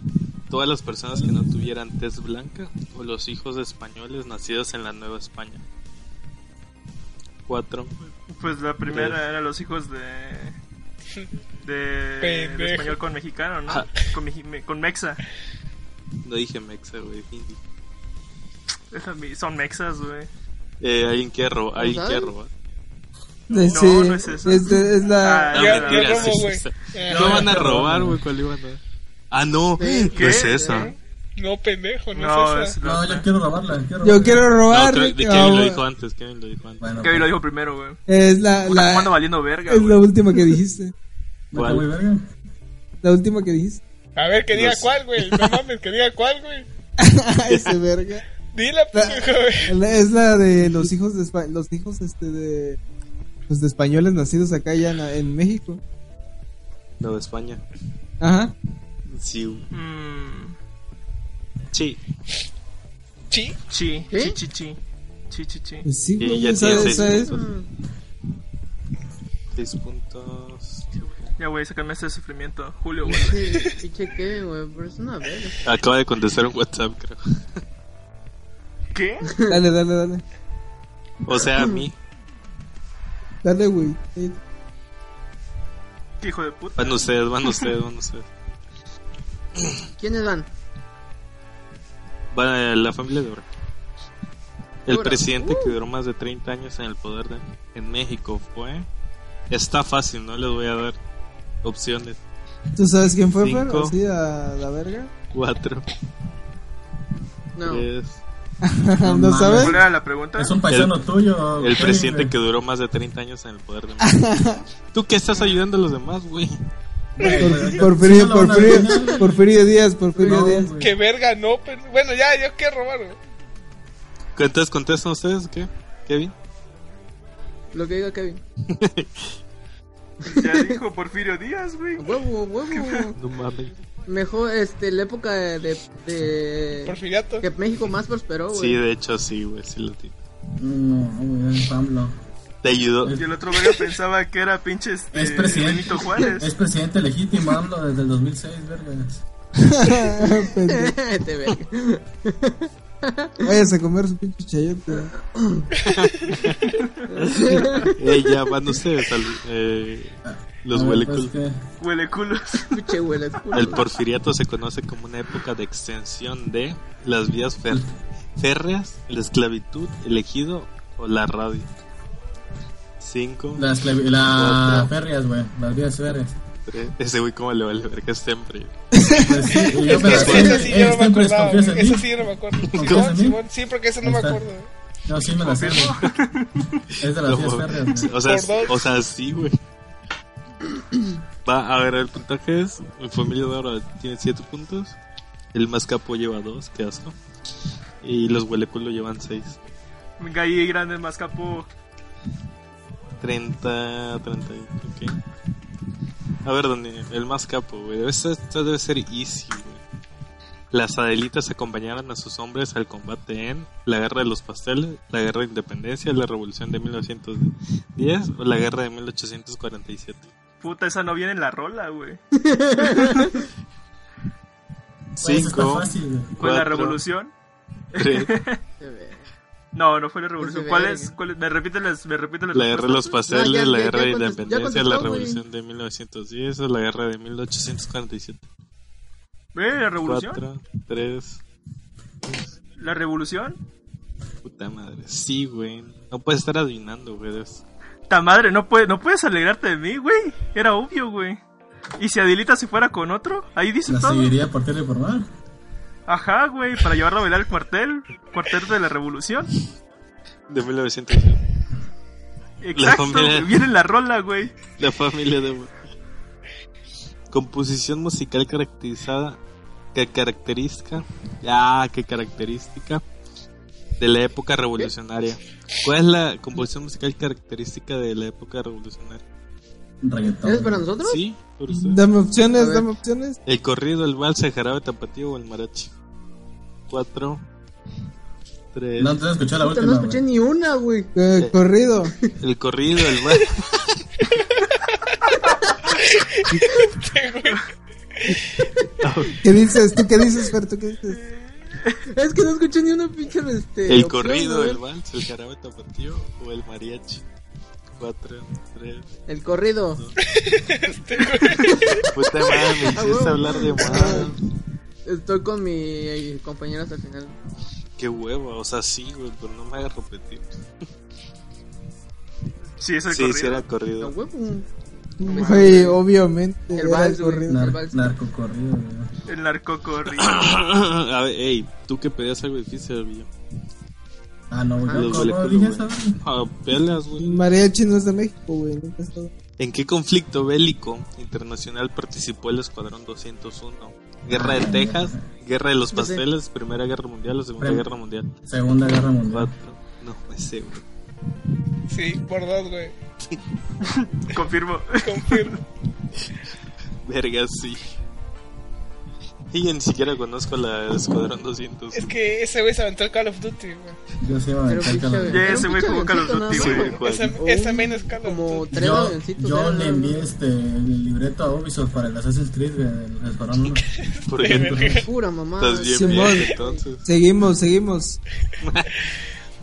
D: todas las personas que no tuvieran tez blanca o los hijos de españoles nacidos en la Nueva España. 4.
B: Pues la primera eran los hijos de. de. de
A: Pendejo.
B: español con mexicano, ¿no?
D: Ah.
B: Con, meji- me- con mexa.
D: No dije mexa, güey. hindi.
B: Son mexas, güey.
D: Eh, alguien quiere robar. Alguien quiere
F: sabes?
D: robar.
C: Eh,
B: No,
C: sí,
B: no es eso.
C: este, Es, la...
B: Ah,
D: No,
A: Ya-
D: mentira,
A: ya
D: sí,
A: robo,
D: sí,
A: güey.
D: sí.
A: Eh,
D: No van a robar, güey. ¿Cuál iban a.? Ah, no.
F: Sí,
D: No
B: ¿qué?
D: es esa.
A: No, pendejo, no,
B: No,
A: es esa.
B: es la
E: No,
B: otra.
E: yo quiero robarla. Quiero
C: Yo quiero
D: No,
C: robar.
D: creo que
C: ah,
D: Kevin lo
C: bueno,
D: dijo antes. Kevin lo dijo antes.
E: Bueno,
B: Kevin lo dijo primero, güey.
C: Es la, la-
B: Cuando valiendo verga,
C: es la
B: güey.
C: última que dijiste.
E: me cago en verga.
C: La última que dijiste.
A: A ver, que diga
D: No sé.
A: cuál, güey. No mames, que diga cuál, güey.
C: Ese verga.
A: Dila, pendejo, güey.
C: La- Es la de los hijos de Espa- los hijos este de pues de españoles nacidos acá ya en, en México.
D: No, de España.
C: Ajá.
D: Sí. güey.
B: Mm,
D: Sí.
A: Sí.
B: chi,
F: ¿Sí?
B: chi, chi, chi. Chi, chi, chi.
C: Pues sí,
D: Y
C: güey,
D: ya
C: esa,
D: tiene seis
C: esa es.
D: puntos. Seis puntos.
B: Ya, güey, sácame ese sufrimiento. Julio, güey.
F: Sí, pinche Kevin, güey, pero es una verga.
D: Acaba de contestar un WhatsApp, creo.
B: ¿Qué?
C: Dale, dale, dale.
D: O sea, a mí.
C: Dale, güey. Eh,
B: ¿Qué hijo de puta?
D: Van ustedes, van ustedes, van ustedes.
F: ¿Quiénes van?
D: Va eh, la familia de Dora. El
F: Dora.
D: presidente que duró más de 30 años en el poder de- en México fue. Está fácil, no les voy a dar opciones.
C: ¿Tú sabes quién fue, Fer?
D: Cinco.
C: Así a la verga.
D: Cuatro.
F: No.
D: tres.
C: ¿No,
E: mames.
C: sabes?
B: ¿Cuál era la pregunta?
E: Es un paisano tuyo.
D: El
E: Kevin,
D: presidente
E: güey.
D: que duró más de 30 años en el poder de México. ¿Tú qué estás ayudando a los demás, güey?
C: Por-
E: Sí,
C: Porfirio,
E: no, no,
C: Porfirio,
E: no, no.
C: Porfirio Díaz, Porfirio
E: No,
C: Díaz.
E: güey.
A: Que verga, no, pendejo. Bueno, ya, yo quiero robar, güey.
D: Entonces, ¿contestan ustedes o qué? ¿Kevin?
F: Lo que diga Kevin.
B: Ya dijo Porfirio Díaz, güey.
F: Huevo, huevo.
D: No mames.
F: Mejor, este, la época de. de-
A: Porfiriato.
F: que México más prosperó, güey.
D: Sí, de hecho, sí, güey, sí lo tiene.
E: No, güey, es AMLO.
D: Te ayudó.
B: Y el otro verga pensaba que era pinche este,
E: Es presidente.
B: Benito
E: Es
B: Juárez.
E: presidente legítimo AMLO desde el 2006, vergas.
C: Pendejo.
F: Te verga.
C: Váyase a comer su pinche chayote.
D: Ey, Eh, ya van ustedes al, eh, los
E: A ver,
D: huelecul.
E: pues, ¿qué?
B: Huele culos.
F: Pinche huele culo.
D: El porfiriato se conoce como una época de extensión de las vías fer- férreas, la esclavitud, el ejido o la radio. 5,
E: Las clavi- la
D: Otra.
E: férreas, güey. Las vías férreas.
D: Ese güey, ¿cómo le vale verga siempre?
E: Pues sí, y yo
A: Es que
E: me-
A: esa, esa sí yo
E: eh,
A: no me
E: siempre
A: acordaba,
E: desconfías en
A: güey. Esa
E: mí.
A: sí yo no me acuerdo.
E: ¿Confías en
A: Simón,
E: mí?
A: Simón, sí, porque esa no
E: Ahí
A: me
E: está.
A: acuerdo. güey.
E: Yo sí me la sé.
B: Confirmo.
E: güey. Es de las vías
D: No,
E: férreas, güey.
D: o, sea,
A: Por dos.
D: o sea, sí, güey. Va, a ver, el puntaje es: Mi familia de ahora tiene 7 puntos. El más capo lleva 2, qué asco. Y los hueleculos llevan 6.
B: Gallí grande más capo.
D: 30, 30, ok. A ver, ¿dónde? El más capo, güey. Debe ser- Esta debe ser easy, güey. Las adelitas acompañaron a sus hombres al combate en la guerra de los pasteles, la guerra de independencia, la revolución de 1910 o la guerra de 1847.
B: Puta, esa no viene en la rola, güey.
E: Güey, eso Pues, está
D: 5,
E: fácil, güey.
B: ¿Fue la
D: Cuatro.
B: revolución?
D: 3,
F: Te verga.
B: No, no fue la revolución.
F: Ese
B: ¿Cuál
F: verga.
B: es? ¿Cuál es? ¿Me repiten las, me repiten las
D: la guerra de los
B: respuestas?
D: pasteles,
F: No, ya-
D: la
F: ya-
D: guerra
F: ya
D: de
F: contestó, ya
D: independencia, la
F: contestó, güey.
D: revolución de 1910 o la guerra de 1847.
B: ¿Eh? ¿La revolución?
D: 4, 3,
B: ¿La revolución?
D: Puta madre, sí, güey. No puedes estar adivinando, güey. Debes-
B: Ta madre, no, puede, no puedes alegrarte de mí, güey. Era obvio, güey. ¿Y si Adelita se fuera con otro? Ahí dice
E: La
B: todo.
E: seguiría por tierra y por mar.
B: Ajá, güey, para llevarla a bailar el cuartel. Cuartel de la revolución.
D: De 1900.
B: Exacto,
D: familia-
B: güey, viene en la rola, güey.
D: La familia de. Composición musical caracterizada. Que característica. Ah, qué característica. De la época revolucionaria. ¿Cuál es la composición musical característica de la época revolucionaria?
E: Reggaetón.
F: ¿Es para nosotros?
D: Sí, por usted.
C: Dame
F: A
C: opciones,
F: ver.
C: dame opciones.
D: El corrido, el vals, el jarabe tapatío o el marachi. 4 3
E: No, antes de escuchar la
F: Puta,
E: última.
F: no escuché
E: güey.
F: ni una, güey.
C: Eh, Corrido.
D: El corrido, el vals.
C: ¿Qué dices? ¿Tú qué dices, Fer? ¿Tú qué dices?
F: Es que no escuché ni una pinche este.
D: El
F: opción,
D: corrido,
F: güey.
D: el vals, el jarabe tapatío o el mariachi. 4, 3.
F: El corrido. Ah,
D: Puta madre, me hiciste hablar de más.
F: Estoy con eh, mis compañeros al final.
D: Qué hueva, o sea, sí, güey, pero no me hagas repetir.
B: Sí, es el
D: Sí,
B: corrido.
D: sí era
F: No,
D: corrido.
F: huevo.
C: Güey, obviamente.
F: El
C: era
F: vals, güey.
C: corrido.
F: No.
E: Nar- narcocorrido, güey.
B: El narco corrido.
F: Ah,
D: A ver, ey, tú que pedías algo difícil, güey.
E: Ah, no, güey.
D: Los
E: yo- ¿Cómo
D: boletos,
E: dije
D: güey.
E: eso, güey?
D: Ah, pelas, güey.
C: El mariachi no es de México, güey. nunca ha estado.
D: ¿En qué conflicto bélico internacional participó el Escuadrón 201? ¿Guerra de Texas? ¿Guerra de los
F: Yo sé.
D: pasteles? ¿Primera guerra mundial o segunda
E: Prem-
D: guerra mundial?
E: Segunda Guerra Mundial.
D: Cuatro. No, ese, güey.
A: Sí, por dos, güey.
B: Confirmo.
A: Confirmo.
D: Verga, sí. Y yo ni siquiera conozco la el Escuadrón 201.
A: Es que ese güey se aventó el Call of Duty, güey.
E: Yo sí iba a
F: Pero
E: aventar
F: pinche-
E: calor.
B: Ya ese güey
F: Era
B: jugó
F: un pinche
B: Call of
F: avioncito
B: Duty,
F: nada
B: güey.
D: güey.
A: Esa,
F: Oh.
A: esa main es Call of
F: Como
A: Duty.
F: tres
E: Yo,
F: avioncitos.
E: yo
F: eran,
E: le
F: ¿no?
E: envié este, el libreto a Ubisoft para el Assassin's Creed güey, del Escuadrón uno.
D: Por ejemplo, estás
F: Pura mamá.
D: bien
C: Simón.
D: bien, entonces.
C: Seguimos, seguimos.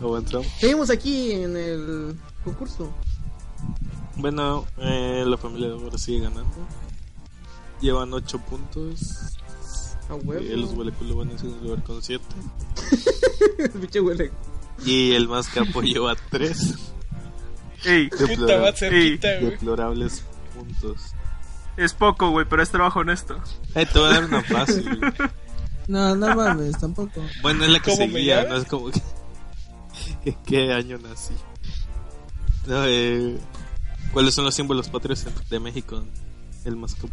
D: Aguantamos.
F: Seguimos aquí en el concurso.
D: Bueno, eh, la familia de ahora sigue ganando. Llevan 8 puntos.
F: A
D: Eh, los
F: huevo.
D: hueleculos van en segundo lugar con 7.
F: Pinche huele.
D: Y el más capo lleva 3.
B: Ey,
A: Puta, va cerquita, güey.
D: deplorables puntos.
B: es poco, güey, pero es trabajo honesto.
D: Eh, te voy a dar una fácil. güey.
C: No, no mames, tampoco.
D: Bueno, es la que
A: ¿Cómo me
D: seguía,
A: llamas?
D: no es como que. ¿En qué año nací? No, eh, ¿Cuáles son los símbolos patrios de México? El más capo.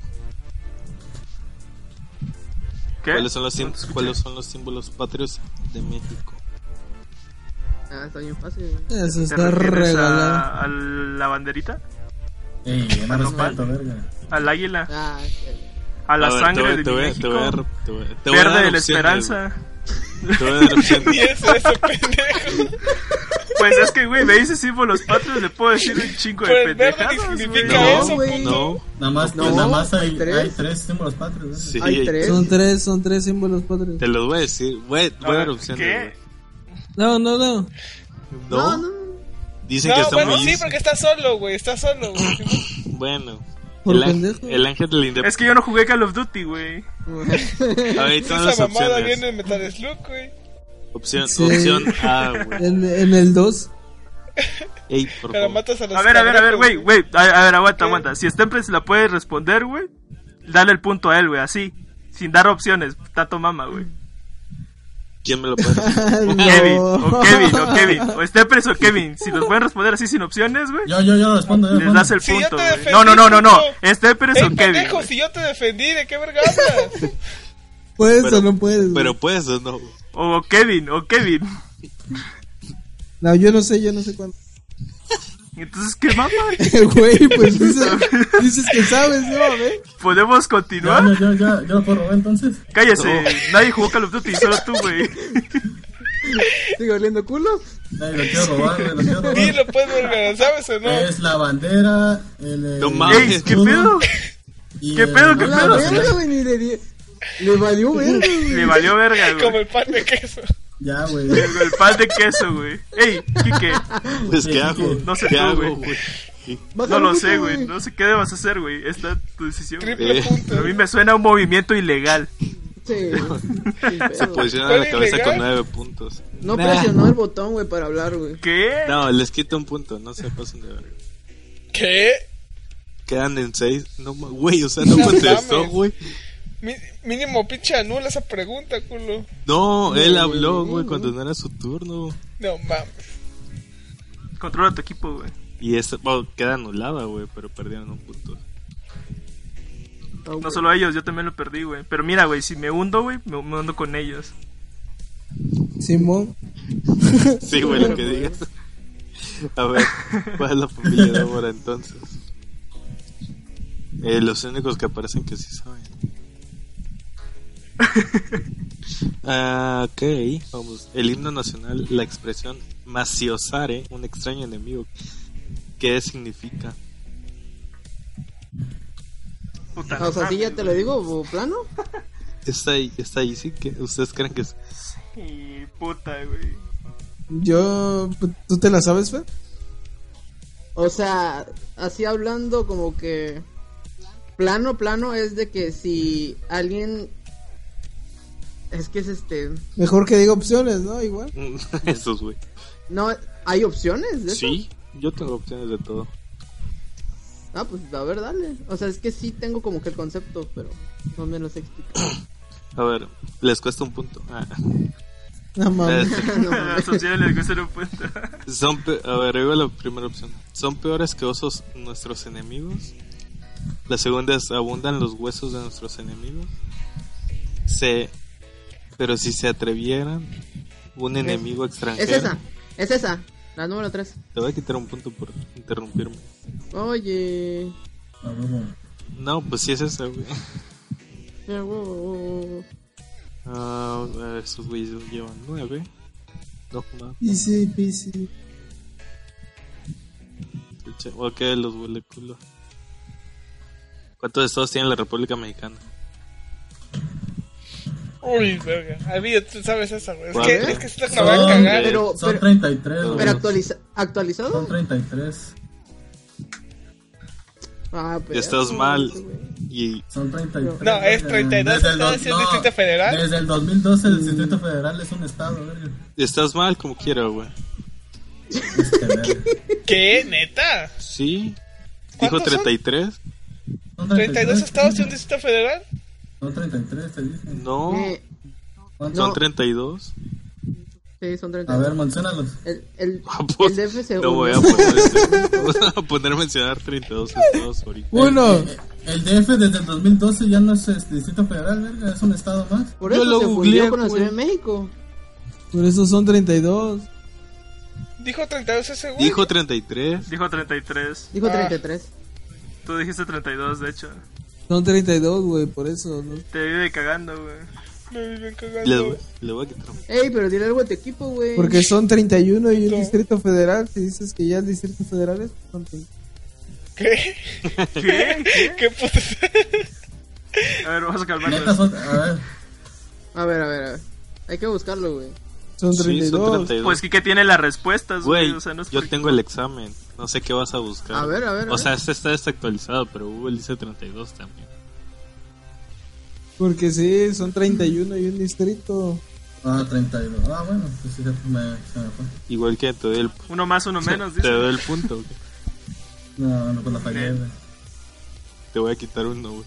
B: ¿Qué?
D: ¿Cuáles son los, sim-
B: No te escuché.
D: ¿Cuáles son los símbolos patrios de México?
F: Ah, está bien fácil.
C: Eso
B: ¿Te
C: está
B: refieres
C: regalado.
B: a, a la banderita?
E: Ey, era
B: Nopal.
E: respeto, verga.
B: ¿Al águila?
F: Ah, qué-
B: ¿A la
D: ver,
B: sangre
D: te voy-
B: de
D: te
B: mi
D: voy a-
B: México?
D: te voy a dar- te voy a- te voy a
B: Verde
D: dar
B: de la
D: opciones,
B: esperanza.
D: güey. Te voy a dar opciones.
A: Y ese, ese pendejo.
B: Pues es que, güey, me dice símbolos patrios, le puedo decir un chingo de
A: Pero el verde
B: pendejadas, güey.
A: significa
D: No,
A: eso,
F: güey.
D: no.
E: Nada más,
F: No,
E: nada más hay,
F: tres.
E: hay tres símbolos patrios, güey.
D: Sí,
F: Hay tres.
C: Son tres, son tres símbolos patrios.
D: te los voy a decir. Voy, voy a dar opciones.
B: ¿Qué?
C: No, no, no.
D: güey.
F: No,
D: No,
F: no.
D: dicen que
A: No,
D: está
A: bueno,
D: muy
A: sí,
D: easy.
A: porque está solo, güey. Está solo, güey.
D: Bueno,
C: Por
D: el, ángel-
C: pendejo.
D: el ángel de la
B: Es
D: independencia.
B: que yo no jugué Call of Duty, güey.
D: A ver, todas las
A: Esa mamada
D: opciones.
A: viene en Metal Slug, güey.
D: Opción,
C: Sí.
D: opción A, güey.
C: En, en el 2.
D: Ey, por
A: Pero
D: favor.
A: matas a los
B: A ver, a ver, a ver,
A: cangrejos,
B: güey, güey. A, a ver, aguanta, aguanta. Si Stemples la puede responder, güey, dale el punto a él, güey, así. Sin dar opciones, tato mama, güey.
D: ¿Quién me lo puede decir?
B: Kevin, o Kevin, o Kevin. O Stemples o Kevin. Si los pueden responder así sin opciones, güey,
E: Yo, yo, yo respondo, yo
B: les
E: respondo.
B: das el
A: Si yo te
B: punto, güey.
A: defendí,
B: No, no, no, no, no.
A: puto.
B: Stemples o
A: Ey,
B: Kevin.
A: pendejo,
B: güey.
A: si yo te defendí, ¿de qué verga hablas?
C: ¿Puedes
D: Pero-
C: o no puedes? güey?
D: Pero puedes o no.
B: O Kevin, o Kevin.
C: No, yo no sé, yo no sé cuándo.
B: Entonces, ¿qué mama?
C: Güey, pues dices, dices que sabes, ¿no? A ver.
B: ¿Podemos
E: Yo,
B: continuar?
E: yo, yo, yo, yo lo puedo robar entonces.
B: Cállese, nadie jugó Call of Duty, solo tú, güey.
F: ¿Sigue oliendo culo?
E: Ey, lo quiero robar, güey, lo quiero robar.
A: Dilo, pues, verga, ¿sabes o no?
E: Es la bandera, el. el
D: No mames.
B: Ey, ¿qué
E: escudo
B: pedo?
E: y
B: ¿Qué
E: el-
B: pedo, qué
F: A la
B: pedo?
F: verga, güey, ni le di- Le valió verga, güey.
B: Le valió verga,
A: Como
B: güey.
A: el pan de queso.
E: Ya, güey.
B: El, el pan de queso, güey. Ey, Kike,
D: Pues,
E: Sí,
D: ¿qué hago?
E: sí.
B: No sé
D: ¿Qué
B: tú,
D: hago,
B: güey.
D: güey?
B: no
F: Bájale
B: lo
F: un
B: sé,
F: poco,
B: güey. No sé qué debas hacer, güey. Está tu decisión. güey.
A: Triple
D: Eh.
A: punto.
B: A mí me suena un movimiento ilegal.
F: Sí, güey. Sin pedo.
D: Se posiciona
A: ¿Fue
D: la cabeza con
A: ilegal?
D: nueve puntos.
F: No presionó el botón, güey, para hablar, güey.
B: ¿Qué?
D: No, les quito un punto, no se pasen de verga.
A: ¿Qué?
D: Quedan en seis. No, ma- güey, o sea, no
A: No
D: contestó,
A: mames.
D: güey.
A: Mi- mínimo pinche anula esa pregunta, culo.
D: No, él
F: No,
D: habló,
F: güey,
D: güey,
F: no.
D: cuando no era su turno.
A: No mames.
B: Controla tu equipo, güey.
D: Y esta, bueno, queda anulada, güey, pero perdieron un punto.
F: Ah, güey.
B: No solo ellos, yo también lo perdí, güey. Pero mira, güey, si me hundo, güey, me, me hundo con ellos.
C: Simón.
D: Sí, güey, lo que digas. A ver, ¿cuál es la familia de Débora entonces? Eh, los únicos que aparecen que sí saben. Ah, ok, vamos. El himno nacional, la expresión maciosare, un extraño enemigo. ¿Qué significa?
B: Puta.
F: O sea, sí, ya te lo digo, ¿o plano.
D: Está ahí, está ahí, sí que ustedes creen que es.
B: Y puta, güey.
C: Yo. pues, ¿Tú te la sabes, Fe?
F: O sea, así hablando como que plano, plano es de que si alguien Es que es este.
C: Mejor que diga opciones, ¿no? Igual.
D: Esos, güey.
F: No, ¿hay opciones? de eso?
D: Sí, yo tengo opciones de todo.
F: Ah, pues a ver, dale. O sea, es que sí tengo como que el concepto, pero no me lo sé explicar.
D: A ver, les cuesta un punto. Ah,
C: No
F: Ah.
C: mames.
D: este,
F: No,
B: A
F: mames.
B: las opciones les cuesta un punto.
D: son pe- a ver, ahí va la primera opción. Son peores que osos nuestros enemigos. La segunda es abundan los huesos de nuestros enemigos. Se, pero si se atrevieran, un enemigo
F: es
D: extranjero.
F: esa, es esa, la número 3.
D: Te voy a quitar un punto por interrumpirme.
F: Oye,
E: A huevo.
D: No, pues sí es esa, güey.
F: mira, wow, wow, wow.
D: Ah, a ver, esos güeyes llevan nueve. No, no.
C: Easy peasy.
D: Escucha, Ok, los huele culo. ¿Cuántos estados tiene la República Mexicana?
A: Uy, verga. Amigo, tú sabes esa, güey. Es
D: ¿Cuál? Ah,
A: que, es que se la
E: Son-
A: va a cagar.
F: Pero,
E: Son
F: pero,
E: 33, güey.
F: pero actualiza-
E: Son
F: actualizado.
E: 33.
F: Ah, pero.
D: Ya estás mal. Y
E: Son 33.
A: No, es
E: verga.
A: 32
E: Desde el
A: estados
E: dos-
A: y el Distrito Federal.
E: Desde el 2012 el Distrito Federal es un estado, verga.
D: estás mal como quiera, güey.
E: Este, verga.
A: ¿Qué? ¿Neta?
D: Sí. Dijo
A: ¿Cuántos son?
D: 33.
E: Son
A: ¿32 estados y un distrito federal?
E: Son 33, te dije.
D: No.
F: Eh,
E: ¿Cuántos?
D: Son
F: no.
D: 32.
F: sí, son
E: A
F: 32.
E: ver, menciónalos.
F: el, el,
D: Ah, pues,
F: el DF se
D: no voy a
F: unió.
D: poner, este- voy a poner a mencionar 32 estados ahorita.
C: Uno.
E: Eh, El DF desde el 2012 ya no es este, Distrito Federal, verga, es un estado más.
F: Por
D: Yo
F: eso
D: lo
F: se
D: googleé,
F: fundió con la
D: güey.
F: Ciudad de México.
C: Por eso son 32.
A: Dijo 32 ese güey.
D: Dijo 33.
B: Dijo 33.
F: Dijo
A: Ah.
F: 33.
B: Tú dijiste 32, de hecho.
C: Son 32, güey, por eso. ¿no?
B: Te vive cagando, güey.
A: Me viven
D: Le,
A: cagando.
D: voy- le voy a quitar. un-
F: Ey, pero dile algo a tu equipo, güey.
C: Porque son 31 y un
A: No.
C: distrito federal. Si dices que ya el distrito federal es. son 30.
A: ¿Qué? ¿Qué? ¿Qué puto?
B: A ver, vamos a
E: Neta,
B: calmarnos.
E: son, a ver,
F: A ver, a ver, a ver. Hay que buscarlo, güey.
C: Son
D: Sí, son
C: 32.
D: 32.
B: Pues que tiene las respuestas, güey.
D: Güey,
B: O sea, no es
D: yo
B: por-
D: tengo el examen. No sé qué vas a buscar.
F: A ver, a ver, a
D: O
F: ver.
D: sea, este está desactualizado, pero Google dice 32 también.
C: porque sí, son 31 y un distrito.
E: ah, 32. Ah, bueno, pues sí, se me, se me fue.
D: Igual que te doy el,
B: Uno más, uno menos,
D: te
B: dice.
D: doy el punto. güey.
E: No, no, pues la fallé, güey.
D: Te voy a quitar uno, güey.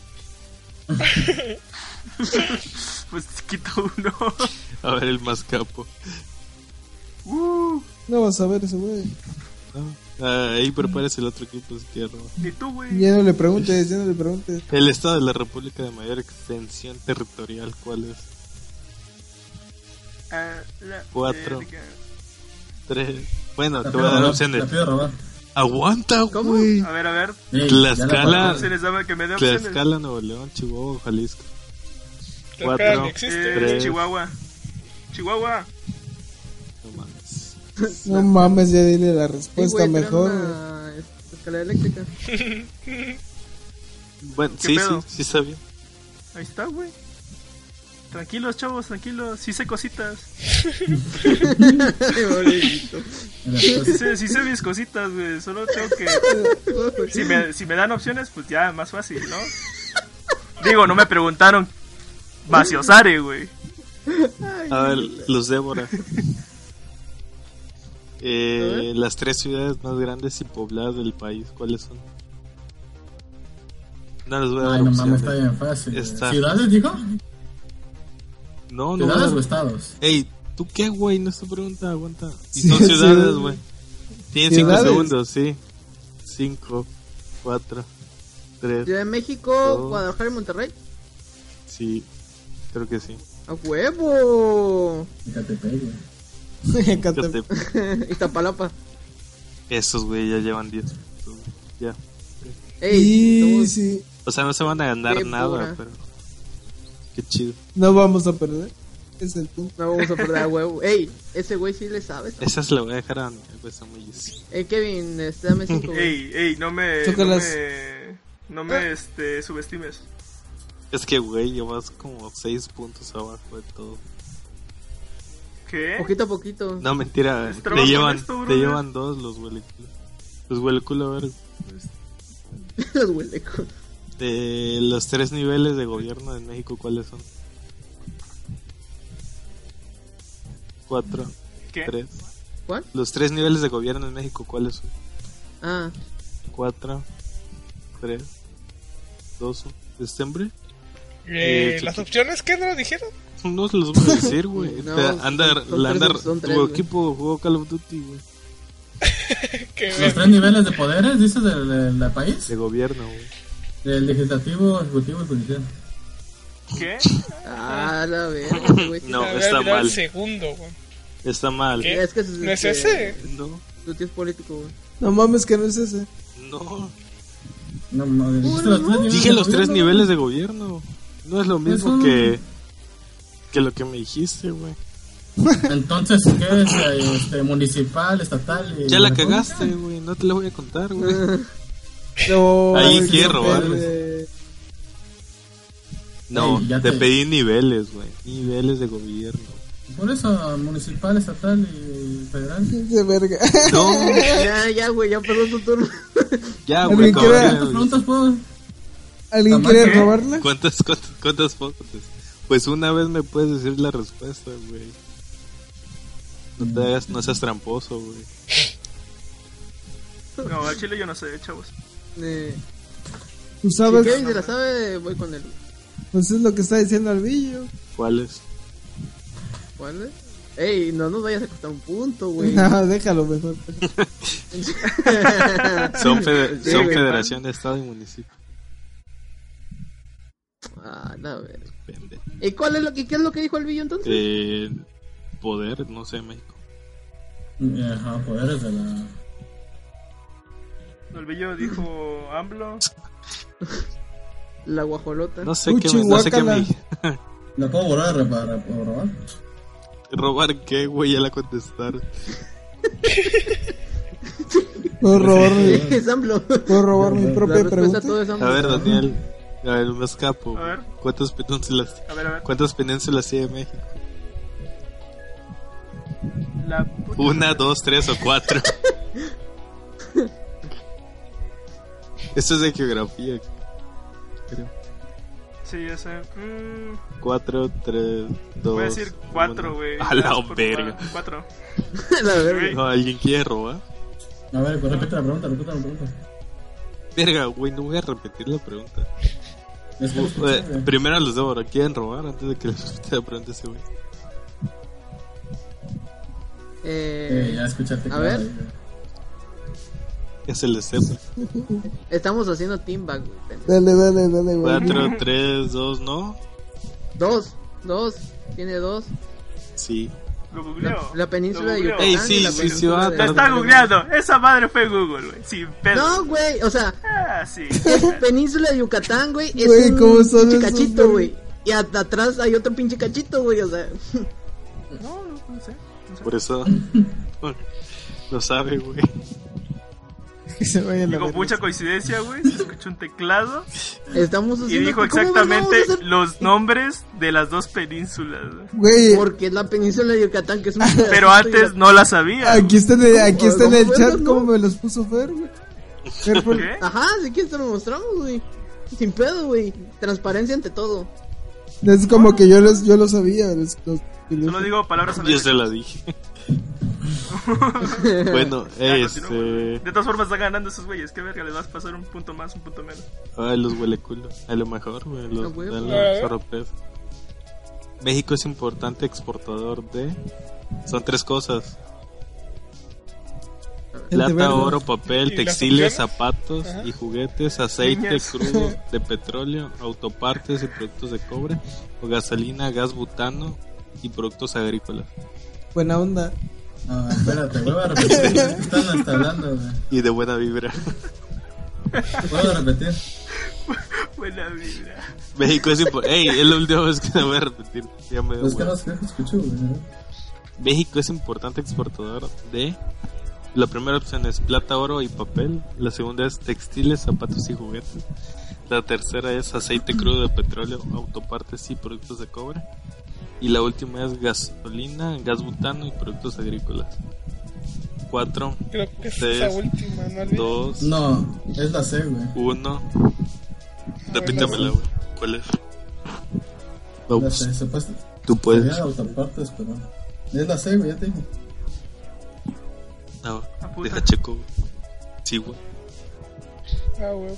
B: Pues quito uno.
D: A ver, el más capo.
B: Uh,
C: No vas a ver ese güey.
D: No. Ah, ahí prepares el otro equipo izquierdo.
B: ni tú, güey.
C: Ya no le preguntes, ya no le preguntes.
D: El estado de la República de mayor extensión territorial, ¿cuál es?
B: A la
D: Cuatro.
B: verga.
D: Tres. Bueno,
E: La
D: te
E: pido
D: voy a dar
E: robar,
D: opciones.
E: La pido robar.
D: Aguanta,
F: ¿Cómo?
D: güey.
B: A ver, a ver.
E: Ey,
D: Tlaxcala.
E: ya la
B: Opciones, dame que me dé opciones.
D: Tlaxcala, Nuevo León, Chihuahua, Jalisco.
A: Tlaxcala
D: Cuatro.
A: ni
B: Eh,
A: existe.
D: Tres.
B: Chihuahua. Chihuahua.
D: No mames.
C: No mames, ya dile la
F: Sí,
D: pues,
C: respuesta
F: güey, traen
C: mejor. güey.
F: una Escalera eléctrica.
D: Bueno,
B: ¿Qué
D: sí,
B: pedo?
D: sí, sí está bien.
B: Ahí está, güey. Tranquilos, chavos, tranquilos. Sí sé cositas.
F: Ay, pobrecito.
B: Sí
E: respuesta.
B: sé, sí sé mis cositas, güey. Solo tengo que... si me, si me dan opciones, pues ya más fácil, ¿no? Digo, no me preguntaron Maciosare, güey.
D: A ver, Luz Débora. Eh, las tres ciudades más grandes y pobladas del país, ¿cuáles son? No les voy a dar
E: Ay, no mames,
D: opciones.
E: está bien fácil. güey.
D: Está.
E: ¿Ciudades, dijo?
D: No, no.
E: ¿Ciudades o
D: no.
E: estados?
D: Ey, ¿tú qué, güey? No es tu pregunta, aguanta. Y
C: Sí,
D: son
C: sí,
D: ciudades,
C: sí.
D: güey. Tienen cinco
C: ¿Ciudades?
D: segundos, sí. Cinco, cuatro, tres,
F: Ciudad de México,
D: Dos.
F: Guadalajara y Monterrey.
D: sí. Creo que sí.
F: ¡A huevo!
E: Fíjate, güey.
C: Catepec.
D: Fíjate,
F: Iztapalapa.
D: Esos, güey, ya llevan diez. Ya.
F: Ey,
C: Y
F: estamos-
C: sí,
D: O sea, no se van a ganar
F: Qué
D: nada,
F: pura.
D: pero... Qué chido.
C: no vamos a perder. Es el punto.
F: no vamos a perder a huevo. Ey, ese güey sí le sabe. ¿sabes?
D: Esa se la voy a dejar a Daniel, pues está muy easy.
F: Ey, Kevin, este, dame cinco, güey. Ah.
B: Ey, ey, no me... No
C: Chócalas.
B: me, no me este, subestimes.
D: Es que, güey, llevas como 6 puntos abajo de todo.
B: ¿Qué?
F: Poquito a poquito.
D: No, mentira,
B: Pues
D: te
B: trabaja
D: llevan,
B: en esto,
D: te
B: brother.
D: llevan dos los hueleculo. Los hueleculo, a ver.
F: Los huele co-
D: De los tres niveles de gobierno de México, ¿cuáles son? 4,
B: ¿Qué?
D: 3.
F: ¿Cuál?
D: Los tres niveles de gobierno en México, ¿cuáles son?
F: Ah,
D: 4, 3, 2, 1. ¿Diciembre?
A: Eh,
D: Eh,
A: ¿Las
D: chiqui-
A: opciones qué no dijeron?
D: No se los voy a decir, güey.
F: No,
D: O sea, anda,
F: son- son
D: la
F: tres,
D: anda,
F: son tres,
D: tu
F: güey.
D: equipo jugó Call of Duty, güey.
A: Que
E: Los tres niveles de poderes, dices, del, del- del país.
D: De gobierno, güey.
E: Del legislativo, ejecutivo y judicial.
B: ¿Qué?
F: ah, la verga, güey.
D: No,
A: había
D: está
A: olvidado
D: mal.
A: El segundo, güey.
D: Está mal.
A: ¿Qué?
F: Es que
A: ¿No es
F: este,
A: ese?
D: No,
F: Tu tío es político, güey.
C: No mames, que no es ese.
D: no.
E: No, no, dijiste los tres niveles.
D: Dije
E: de
D: los tres
E: gobierno.
D: niveles de gobierno. No es lo mismo
E: Eso-
D: que, que lo que me dijiste, güey.
E: Entonces, ¿qué es? eh, Este, municipal, estatal y.
D: Ya la
E: república?
D: cagaste, güey. No te la voy a contar, güey.
C: No,
D: Ahí
C: es
D: quiero
C: que
D: robarles.
C: verde.
D: No,
E: Ey, ya
D: te
E: te-
D: pedí niveles, güey. Niveles de gobierno.
E: Por eso, municipal, estatal y federal.
C: De verga.
D: No,
F: Ya, ya, güey, ya pasó tu turno.
D: ya,
C: Alguien
D: güey.
C: quiere-
D: acabaste, güey.
E: ¿Cuántas preguntas puedo?
C: ¿Alguien
E: Mamá,
C: quiere
F: ¿eh?
E: ¿qué?
C: robarla?
D: ¿Cuántas, cuántas, cuántas fotos? Pues una vez me puedes decir la respuesta, güey. No te hagas, no seas tramposo, güey.
B: No, al chile yo no sé, chavos.
F: Eh,
C: Tú
F: si
C: sabes,
F: Kevin se la sabe, voy con él.
C: pues es lo que está diciendo Albillo.
D: ¿Cuáles?
F: ¿Cuál es? Ey, no nos vayas a costar un punto, güey.
C: No, Ah, déjalo mejor.
D: Son, fede-
F: Sí,
D: son
F: güey,
D: federación de estado y municipio.
F: Ah, la verga.
D: Depende.
F: ¿Y cuál es lo que, qué es lo que dijo el billo entonces?
D: Eh, poder, no sé, México.
E: Eh, Ajá, poderes de la.
B: El bello dijo AMLO.
F: La guajolota.
D: No sé qué me, no sé qué me
E: ¿La puedo borrar re- para para robar?
D: robar qué, güey, ya la contestaron.
C: Puedo robar,
F: Es AMLO.
C: puedo robar mi
F: La
C: propia
F: respuesta
C: pregunta.
F: a todo es AMLO.
D: A ver, Daniel, a ver, me escapo.
B: A ver.
D: ¿Cuántas penínsulas,
B: A ver, a ver.
D: cuántas penínsulas tiene México?
B: La puta.
D: Una, dos, tres o cuatro. Esto es de geografía. Creo.
B: Sí, ya sé. Mm,
D: Cuatro, tres, dos.
B: voy a decir cuatro,
D: uno.
B: güey.
D: A la
B: Por-
D: verga.
B: ah, Cuatro.
F: la verga.
B: Güey,
D: No, ¿Alguien quiere robar?
E: A ver, pues, repite la pregunta, repite la pregunta.
D: Verga, güey, no voy a repetir la pregunta.
E: Es que-
D: Eh, primero los Débora, ¿quieren robar antes de que les repita la pregunta a ese güey?
E: Eh,
F: Eh,
E: ya escuchaste.
F: A
E: que-
F: ver.
D: Ya se les sepa.
F: estamos haciendo teamback, güey. pendejo.
C: Dale, dale, dale, güey.
D: Cuatro, tres, dos, no.
F: Dos, dos, tiene dos.
D: Sí.
B: Lo googleo.
F: La península
B: Lo
F: de
B: googleo.
F: Yucatán.
D: Ey, sí,
F: y la
D: sí,
F: península
D: sí, va a
F: de-
B: La está googleando. Esa madre fue Google, güey. Sin pedo.
F: No, güey, o sea,
B: Ah, sí.
F: es península de Yucatán, güey. Es
C: Güey,
F: un
C: ¿cómo son
F: pinche
C: esos,
F: cachito,
C: güey?
F: güey. Y at- atrás hay otro pinche cachito, güey, o sea.
B: No, no, no sé. No sé.
D: Por eso. Lo sabe, güey.
C: Que se vaya la
B: Y con
C: verga.
B: mucha coincidencia, güey, se escuchó un teclado
F: Estamos haciendo
B: y dijo
F: Pues ¿cómo
B: exactamente
F: vamos a hacer?
B: los nombres de las dos penínsulas. güey.
C: Güey,
F: Porque es la península de Yucatán que es un
B: Pero antes no la sabía.
C: aquí está en el, aquí está en el
F: ¿Cómo
C: chat
F: fueron, no?
C: cómo me los puso Fer, güey. Fer, por-
B: ¿Qué?
F: Ajá, si quieres te lo mostramos, güey. Sin pedo, güey. Transparencia ante todo.
C: pues, Es como que yo los, yo lo sabía. los- los-
B: Solo digo palabras al
D: Yo
B: aire.
D: se la dije. bueno,
B: Ya,
D: este.
B: continuamos. De todas formas están ganando esos güeyes. Qué verga, les vas a pasar un punto más, un punto menos.
D: Ay, Ah, los huele culo. A lo mejor, güey.
F: A
D: Los
F: huevo.
D: dan
A: A
D: la
A: ver.
D: sorpresa. México es importante exportador de. Son tres cosas:
C: Gente
D: plata,
C: verde.
D: oro, papel,
A: ¿Y
D: textiles,
A: las opciones?
D: zapatos
A: Ajá.
D: y juguetes, aceite
B: Niñas.
D: crudo de petróleo, autopartes y productos de cobre, o gasolina, gas butano y productos agrícolas.
C: Buena onda.
E: Ah, espérate, vuelvo a repetir. güey. Están hasta hablando, güey.
D: Y de buena vibra.
E: Puedo repetir.
B: Buena vibra.
D: México es importante. ¡Ey! Es la última vez que la voy a repetir. Ya me dio
E: Pues Es que
D: hueva.
E: no sé qué escucho, güey.
D: México es importante exportador de. La primera opción es plata, oro y papel. La segunda es textiles, zapatos y juguetes. La tercera es aceite crudo de petróleo, autopartes y productos de cobre. Y la última es gasolina, gas butano y productos agrícolas. 4,
A: Creo que es
D: Tres,
A: la última, ¿no? Alvin?
D: 2,
E: No, es la C, güey.
D: 1. Repítamela, güey. ¿Cuál es?
E: La
D: Vamos,
E: C, supuesto.
D: tú
E: Pues.
D: puedes.
E: autopartes, pero. Es la C, güey, ya te digo.
D: No,
B: Ah, puta.
D: deja checo, güey. Sí, güey.
A: Ah, huevo.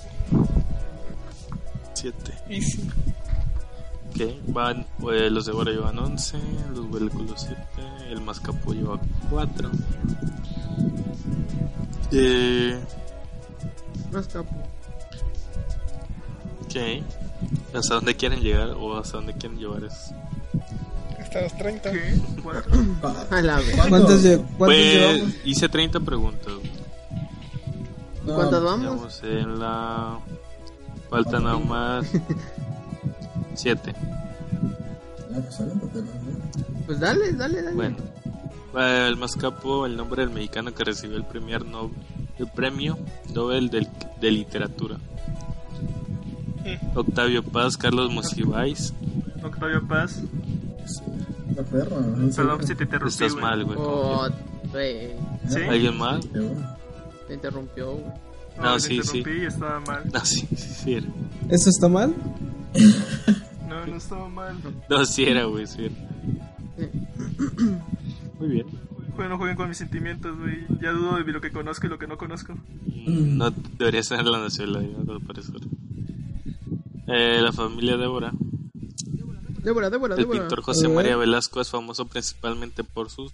D: Siete.
A: Easy.
D: Ok, van, pues, los de Bora llevan 11, los Hueleculos 7, el Mascapo lleva 4. Eh,
F: No escapo.
D: ok, ¿hasta dónde quieren llegar o hasta dónde quieren llevar eso?
A: Hasta los 30.
B: ¿Qué? ¿Cuatro?
E: Pa-
F: A la vez.
C: ¿Cuántos, lle- cuántos
D: Pues,
C: llevamos?
D: hice 30 preguntas. güey.
E: No,
F: ¿Cuántas vamos?
D: Estamos en la. Falta nada más. 7.
E: Ah, pues adelántate, güey.
F: Pues dale, dale, dale.
D: Bueno, eh, el más capo, el nombre del mexicano que recibió el, premier no, el premio Nobel del- de literatura.
B: Mm.
D: Octavio Paz, Carlos Monsiváis.
B: Octavio Paz.
E: La perra, güey.
B: Perdón si te interrumpí.
D: Estás
B: güey.
D: mal, güey.
F: Oh, güey,
B: ¿Sí?
D: ¿Alguien mal?
E: Ah, Qué bueno.
F: te interrumpió, güey.
B: No,
D: No,
B: te
D: sí, sí.
B: interrumpí y estaba mal.
D: No, sí, sí, sí era.
C: ¿Eso está mal?
B: No, no estaba mal.
D: No, sí era, güey, sí era. Muy bien.
B: Güey, no jueguen con mis sentimientos, güey. Ya dudo de lo que conozco y lo que no conozco.
D: No debería ser la nacionalidad, al parecer. Eh, la familia Débora.
F: Débora, Débora,
D: El
F: Débora.
D: pintor José
C: A ver.
D: María Velasco es famoso principalmente por sus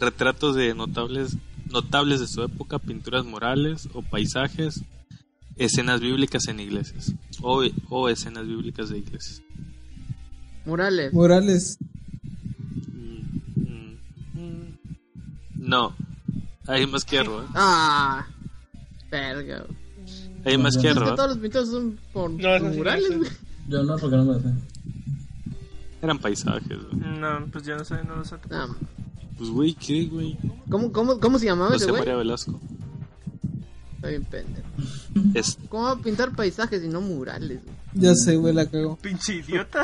D: retratos de notables, notables de su época, pinturas morales o paisajes, escenas bíblicas en iglesias o, o escenas bíblicas de iglesias.
F: Morales.
C: Morales.
D: Mm, mm, mm. No, hay más que robar.
F: Ah, verga. güey.
D: Hay más que ¿eh?
F: Es que todos
D: robar.
F: los pintos son por
A: No, eso sí,
F: murales,
A: no
F: güey.
A: sé.
E: Yo no, porque no me la sé.
D: Eran paisajes. güey.
B: No, pues ya no sé, no lo sé.
F: No, ma.
D: Pues güey, ¿qué güey?
F: ¿Cómo, cómo, ¿Cómo se llamaba ese
D: José
F: güey?
D: María Velasco.
F: Está bien pendejo.
D: Es
F: ¿Cómo va a pintar paisajes y no murales? güey?
C: Ya sé, güey, la cago.
B: Pinche idiota.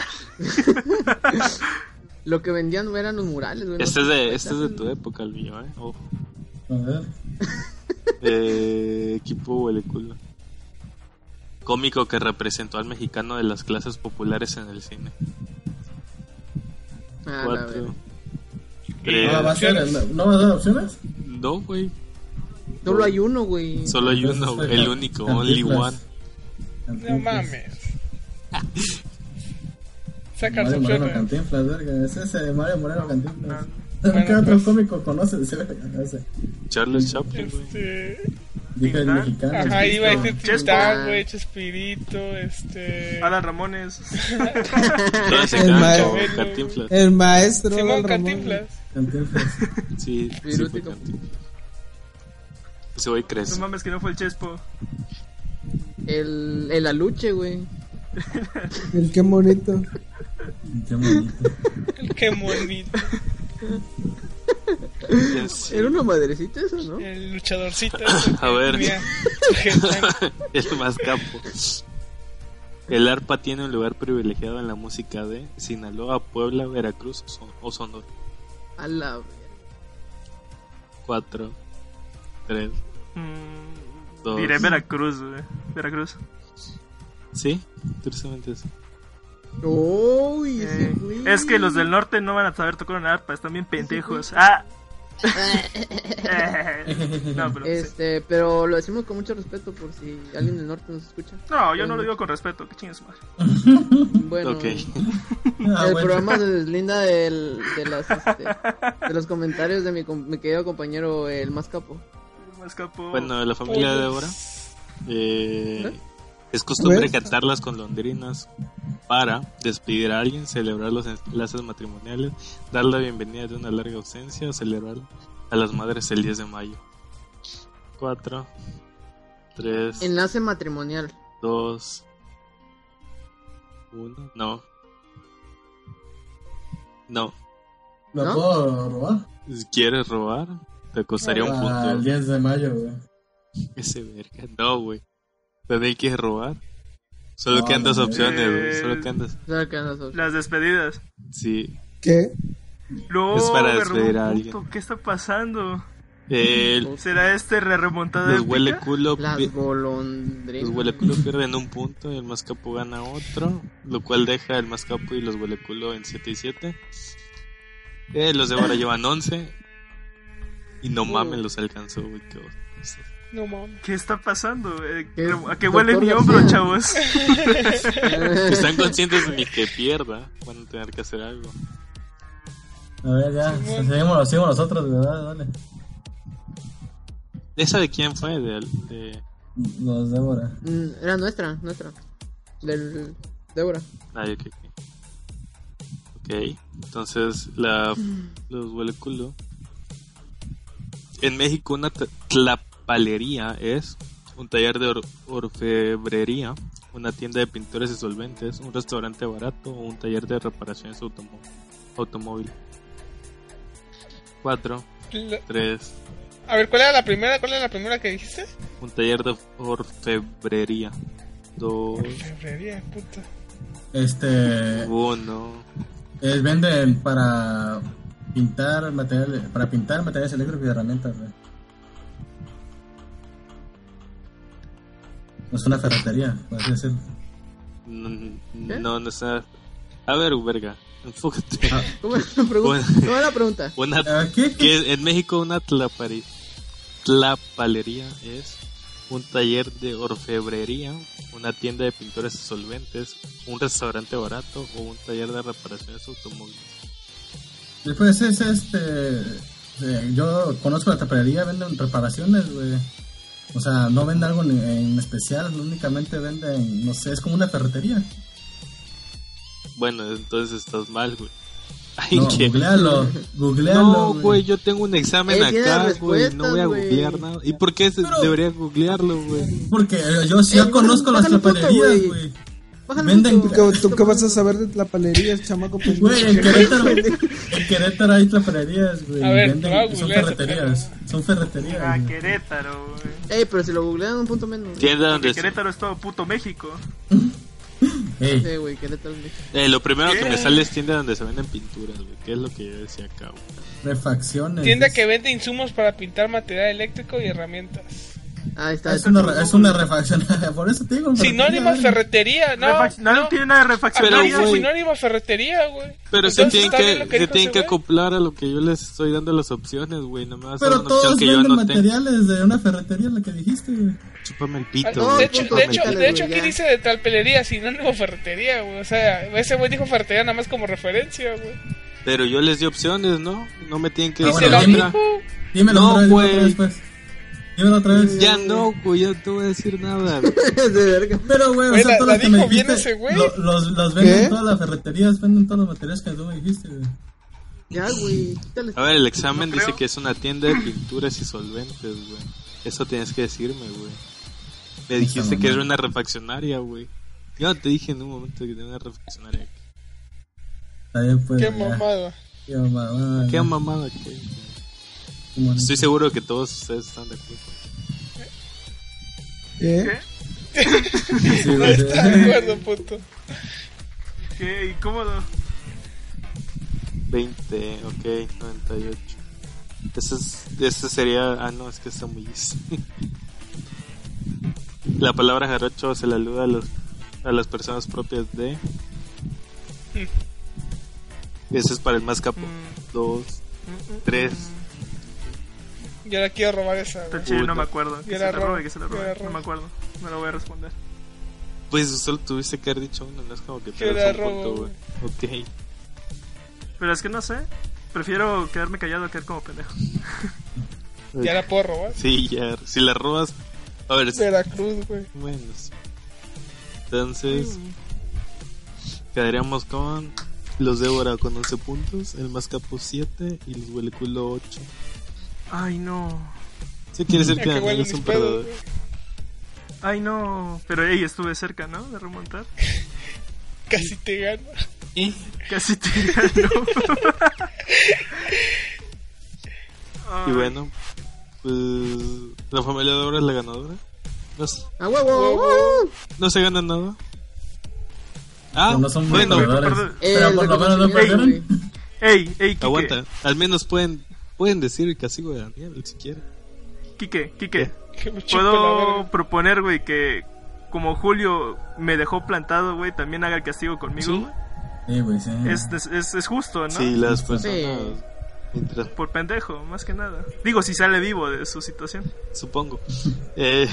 F: Lo que vendían güey, eran los murales, güey. no
D: Este es
F: los
D: de, este es de
F: paisajes,
D: tu época, el mío, eh. Ojo.
E: A ver.
D: Eh, equipo huele culo. Cómico que representó al mexicano de las clases populares en el cine.
F: güey. Ah, la
D: Cuatro.
F: verga.
D: Tres.
E: Ah, va a ser el- ¿No me das opciones?
D: No, güey.
F: Solo hay uno, güey.
D: Solo hay
E: Entonces,
D: uno,
E: el-
D: el único,
E: el
D: only
E: Plus.
D: one.
E: El
A: No
E: Plus.
A: mames. Saca
E: Mario
A: su
E: Moreno
A: chorro.
E: Cantinflas, verga. Es ese de Mario Moreno Cantinflas.
A: Bueno,
E: ¿Qué
A: pues-
E: otro cómico conoces? Verga, ese.
D: Charles Chaplin, güey.
A: Este.
E: Dije el
B: Tintán.
E: mexicano.
A: Ajá, iba a decir
B: Ah, Chespirito.
A: Tintán, güey, Chespirito, este.
B: Alan Ramones.
F: Ah.
D: Todos se
C: El
D: quedan
C: maestro.
D: con Cantinflas.
C: El maestro.
A: Simón
C: Adal Ramón.
A: Cantinflas.
E: Cantinflas.
D: Sí, sí fue
F: Pirútico.
D: Cantinflas. Ese güey
B: No
D: crece.
B: mames, que no fue el Chespo.
F: El, el aluche, güey.
C: El qué bonito.
E: Qué bonito.
A: Qué bonito.
D: Ya sé.
F: Era una madrecita eso, ¿no?
A: El luchadorcito. ese que
D: A ver.
A: tenía Argentina.
D: el más capo. El arpa tiene un lugar privilegiado en la música de Sinaloa, Puebla, Veracruz o Son- o Sonora.
F: A la verga.
D: 4, 3,
B: Mm,
D: 2.
B: diré Veracruz, güey. Veracruz.
D: Sí, precisamente eso.
F: Uy, ese
B: Eh,
F: güey.
B: es que los del norte no van a saber tocar una arpa, están bien pendejos. Ah. no, pero sí.
F: Este, pero lo decimos con mucho respeto por si alguien del norte nos escucha.
B: No, yo no lo digo con respeto, que chingas madre.
F: Bueno,
D: Ok.
E: Ah,
F: el
E: bueno.
F: programa se deslinda del, de, las, este, de los comentarios de mi, com- mi querido compañero, el más capo.
B: Me escapó.
D: Bueno, de la familia de Débora. eh, es costumbre
C: ¿Ves?
D: cantarlas con londrinas para despedir a alguien, celebrar los enlaces matrimoniales, dar la bienvenida de una larga ausencia, celebrar a las madres el 10 de mayo. 4, 3,
F: Enlace matrimonial.
D: 2, 1. No. No.
E: ¿Lo
F: ¿No?
E: puedo robar?
D: ¿Quieres robar? Te costaría un
E: Ah, El
D: punto.
E: 10 de mayo, güey.
D: Ese verga. No, güey. También quieres robar. Solo
E: No,
D: que andas
E: no,
D: opciones,
B: no.
D: güey. Solo que andas.
F: O sea, que nos-
B: Las despedidas.
D: Sí.
C: ¿Qué?
B: No,
D: Es para
B: me
D: despedir
B: robó
D: a
B: un
D: alguien.
B: punto, ¿Qué está pasando?
D: El,
B: ¿Será este re remontada
D: los
B: épica?
D: huele culo. pi-
F: Las
D: Los
F: golondrinas.
D: Pues huele culo pierden un punto y el más capo gana otro, lo cual deja el más capo y los huele culo en 7 y 7. Eh, los de ahora llevan 11. Y no mames, los alcanzó, güey. qué oso.
A: No mames.
B: ¿Qué está pasando? Eh,
F: ¿Qué-
B: ¿A qué huele mi hombro,
F: doctor García?
B: chavos?
D: Están conscientes de ni que pierda. Van a tener que hacer algo.
E: A ver, ya. Seguimos, seguimos nosotros, ¿verdad? Dale.
D: ¿Esa de quién fue? De, de
E: Los Débora.
F: Mm, Era nuestra, nuestra. Del Débora.
D: Ah, ok, ok. Ok, entonces la, los huele culo. En México una t- tlapalería es un taller de or- orfebrería, una tienda de pintores y solventes, un restaurante barato o un taller de reparaciones automo- automóvil. 4,
A: La-
D: 3,
A: A ver, ¿cuál era la primera? ¿Cuál era la primera que dijiste?
D: un taller de orfebrería. 2,
A: Orfebrería, puta.
E: Este.
D: 1,
E: eh, venden para pintar materiales, para pintar materiales eléctricos y herramientas, güey. Es una ferretería, por así decirlo.
F: ¿Eh?
D: Mm, No, no está. A ver, verga, enfócate.
E: Ah,
F: ¿Cómo era la pregunta?
D: Bueno.
F: ¿Cómo era la pregunta?
D: Una,
E: ah, ¿Qué? ¿Qué?
D: que en México una tlapari- tlapalería es un taller de orfebrería, una tienda de pintores y solventes, un restaurante barato o un taller de reparaciones automóviles.
E: Después es este. eh, yo conozco la tapería, venden reparaciones, güey. O sea, no venden algo en, en especial, únicamente venden, no sé, es como una ferretería.
D: Bueno, entonces estás mal, güey. Ay,
E: No,
D: que-
E: googlealo, googlealo.
D: No, güey, yo tengo un examen
F: Él tiene
D: acá,
F: las
D: güey. No voy a
F: respuestas, güey.
D: googlear nada. ¿Y por qué se-
E: Pero-
D: debería googlearlo, güey?
E: Porque eh, yo, sí
F: Eh,
E: yo conozco las
F: bájale un poco,
E: taperías,
F: güey.
E: güey.
F: Bájale
E: Venden-
F: mucho.
C: ¿Tú, tú qué vas a saber de la palería, chamaco? Pues, pendejo?
E: Güey, en Querétaro, en Querétaro hay taperías, güey.
A: A ver,
E: venden-
A: te va a
E: son
A: googlear esa
E: ferreterías, son ferreterías.
B: Ah,
E: güey.
B: Querétaro, güey.
F: Ey, pero si lo googlean un punto menos.
D: Tienda donde
B: Porque Querétaro es todo puto México.
E: Ey,
F: Sí, güey, Querétaro.
D: Eh, lo primero que me sale es tienda donde se venden pinturas, güey. ¿Qué es lo que yo decía acá, güey?
E: refacciones.
A: Tienda que vende insumos para pintar material eléctrico y herramientas.
F: Ah, ahí está.
E: Es una, re- es una refacción, por eso te digo.
A: Sinónimo ferretería,
E: ferretería, güey.
A: no.
B: Refac- no,
A: no.
B: tiene nada de refaccionario.
D: Pero,
A: Acá dice
D: güey.
A: sinónimo ferretería, güey.
D: Pero se
A: Entonces,
D: tienen
A: está bien lo
D: que,
A: dijo
D: se tienen que
A: ese güey.
D: acoplar a lo que yo les estoy dando las opciones, güey. No me vas a dar
E: Pero
D: una opción
E: todos
D: que yo
E: venden
D: no tengo.
E: materiales de una ferretería, la que dijiste, güey.
D: Chúpame el
A: Ah,
D: pito,
F: No,
A: de
D: güey.
A: hecho,
F: punto
D: chúpame
A: de hecho,
D: el pito.
F: mental,
A: de hecho
F: güey,
A: aquí
F: ya.
A: dice de talpelería, sinónimo ferretería, güey. O sea, ese güey dijo ferretería nada más como referencia, güey.
D: Pero yo les di opciones, ¿no? No me tienen que
A: Y
E: Ah,
D: decir
A: se lo
E: bueno,
D: otra.
E: mira.
A: dijo.
E: Dímelo
D: No,
E: otra vez, dímelo otra
D: güey.
E: vez, pues. Dímelo otra vez.
D: Ya no, güey, ya no te voy a decir nada.
F: de verga.
E: Pero, güey, o
A: Güey, la-
E: sea, todas
A: la
E: las que
A: dijo
E: me
A: bien
E: dijiste,
A: ese güey.
E: lo- los, los venden
C: ¿Qué?
E: todas las ferreterías, venden todos los materiales que tú me dijiste, güey.
F: Ya, güey, quítale.
D: A ver, el examen
B: No creo.
D: dice que es una tienda de pinturas y solventes, güey. Eso tienes que decirme, güey. Me dijiste que era una refaccionaria, güey. Yo no te dije en un momento que era una refaccionaria.
E: Está bien, pues.
A: Qué
E: ya.
A: mamada.
E: Qué mamada.
D: Qué mamada que. es, güey.
E: mamada.
D: Estoy seguro que todos ustedes están de acuerdo.
C: ¿Qué?
E: Sí,
A: No
E: güey, sí.
A: está de acuerdo, puto.
B: Qué incómodo.
D: 20, ok, 98. Ese, es, ese sería. Ah, no, es que está muy easy. La palabra jarocho se le alude a, los, a las personas propias de. Ese es para el más capo. 2, 3.
A: Yo la quiero robar esa, güey.
B: Está chido, no
D: Puta.
B: me acuerdo.
A: Yo
B: Que
A: la
B: se la
A: robo,
B: robe, que se la
A: yo la
B: robe.
A: robo.
B: No me acuerdo. No lo voy a responder.
D: Pues solo tuviste que haber dicho uno, no es como que
A: Yo
D: te
A: la
D: das un punto,
A: robo,
D: güey. Ok.
B: Pero es que no sé. Prefiero quedarme callado a quedar como pendejo.
A: Ya la puedo robar.
D: Sí, ya. Si la robas. A ver,
A: Veracruz, güey.
D: Bueno, sí. Entonces, quedaríamos con los Débora con 11 puntos, el más capo 7 y los Hueleculo 8.
B: Ay, no.
D: Eso quiere decir
A: Ya
D: que
A: que
D: Daniel
A: huelen
D: es
A: mis
D: un
A: pedos,
D: perdedor.
A: güey.
B: Ay, no. Pero, ey, estuve cerca, ¿no? De remontar.
A: Casi te gano.
D: ¿Eh?
B: Casi te ganó.
D: Y bueno, pues la familia de Débora es la ganadora. No, se-
F: ¡A huevo! ¡Uh!
D: no se gana nada. Ah,
E: Pero no son
D: bueno,
E: buenos perdedores.
B: perdón.
E: Pero por lo menos no perdieron.
B: Ey, ey, Kike.
D: aguanta. Al menos pueden, pueden decir el castigo de Daniel si quieren.
B: Kike, Kike.
A: Que me chupa la
B: Puedo
A: verga.
B: proponer, güey, que como Julio me dejó plantado, güey, también haga el castigo conmigo.
D: Sí.
B: güey?
E: Sí, güey, sí.
B: Es, es, es- es justo, ¿no?
D: Sí, las personas.
F: Sí.
D: mientras-
B: Por pendejo, más que nada. Digo, si sale vivo de su situación.
D: supongo. Eh,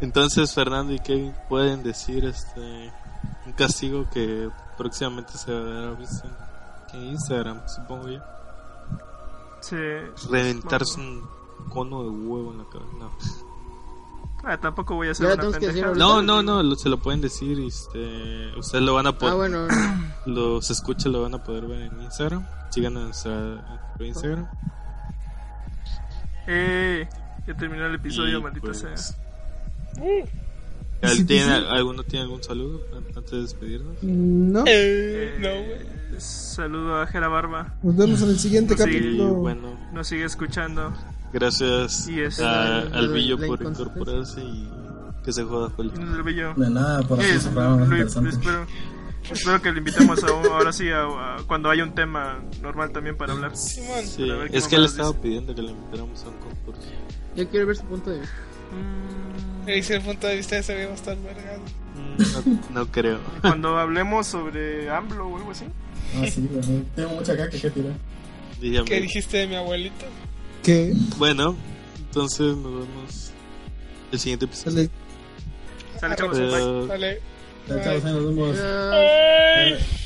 D: entonces, Fernando y Kevin pueden decir este un castigo que próximamente se verá visto en- en Instagram, supongo yo.
B: Se...
D: Reventarse un cono de huevo en la cabeza. No.
B: Ah, tampoco voy a
F: Ya
B: hacer una
F: tenemos que decir
B: pendeja.
F: ahorita.
D: No, no, no, lo- se lo pueden decir, este, ustedes lo van a poder,
F: Ah, bueno.
D: los escucha lo van a poder ver en Instagram, sigan a nuestra en Instagram.
B: Eh, ya terminó el episodio,
D: y,
B: maldita
D: pues,
B: sea.
D: ¿al-
E: Sí,
D: tiene-
E: sí.
D: ¿Alguno tiene algún saludo an- antes de despedirnos?
C: Mm, No,
A: Eh,
B: Eh,
A: no, güey.
B: saludo a Jera Barba.
C: nos vemos en el siguiente
B: Sí,
D: Y
C: capítulo.
D: bueno,
B: Nos sigue escuchando.
D: gracias
B: Y es-
D: a,
F: eh,
D: al Billo
F: la
D: por
F: inconsistencia.
D: incorporarse y que se joda
B: Y
D: Julio.
B: nos lo veo.
E: De nada, por hacer
B: Eh,
E: su programa más
B: lo-
E: interesante.
B: espero, espero que lo invitemos a, ahora sí a- a- cuando haya un tema normal también para hablar.
A: Simón.
D: Sí,
B: Pero a ver qué
D: es que él
B: mamadas
D: estaba
B: dice.
D: pidiendo que le invitáramos a un concurso.
F: Yo quiero ver su punto de vista.
B: Mm,
A: Y si el punto de vista de ese viejo está vergado.
D: Mm, No, no creo.
B: Cuando hablemos sobre AMLO o algo así.
E: Ah, sí, güey. Tengo mucha caca que tirar.
D: Dígame.
A: ¿Qué dijiste de mi abuelito?
C: Que
D: Bueno, entonces nos vemos el siguiente episodio.
C: sale
B: Sale, chavos.
D: Arre.
A: Ah,
B: bye.
D: Eh,
A: Dale.
E: Chao, Chao, nos vemos.
F: Ya.
A: Bye.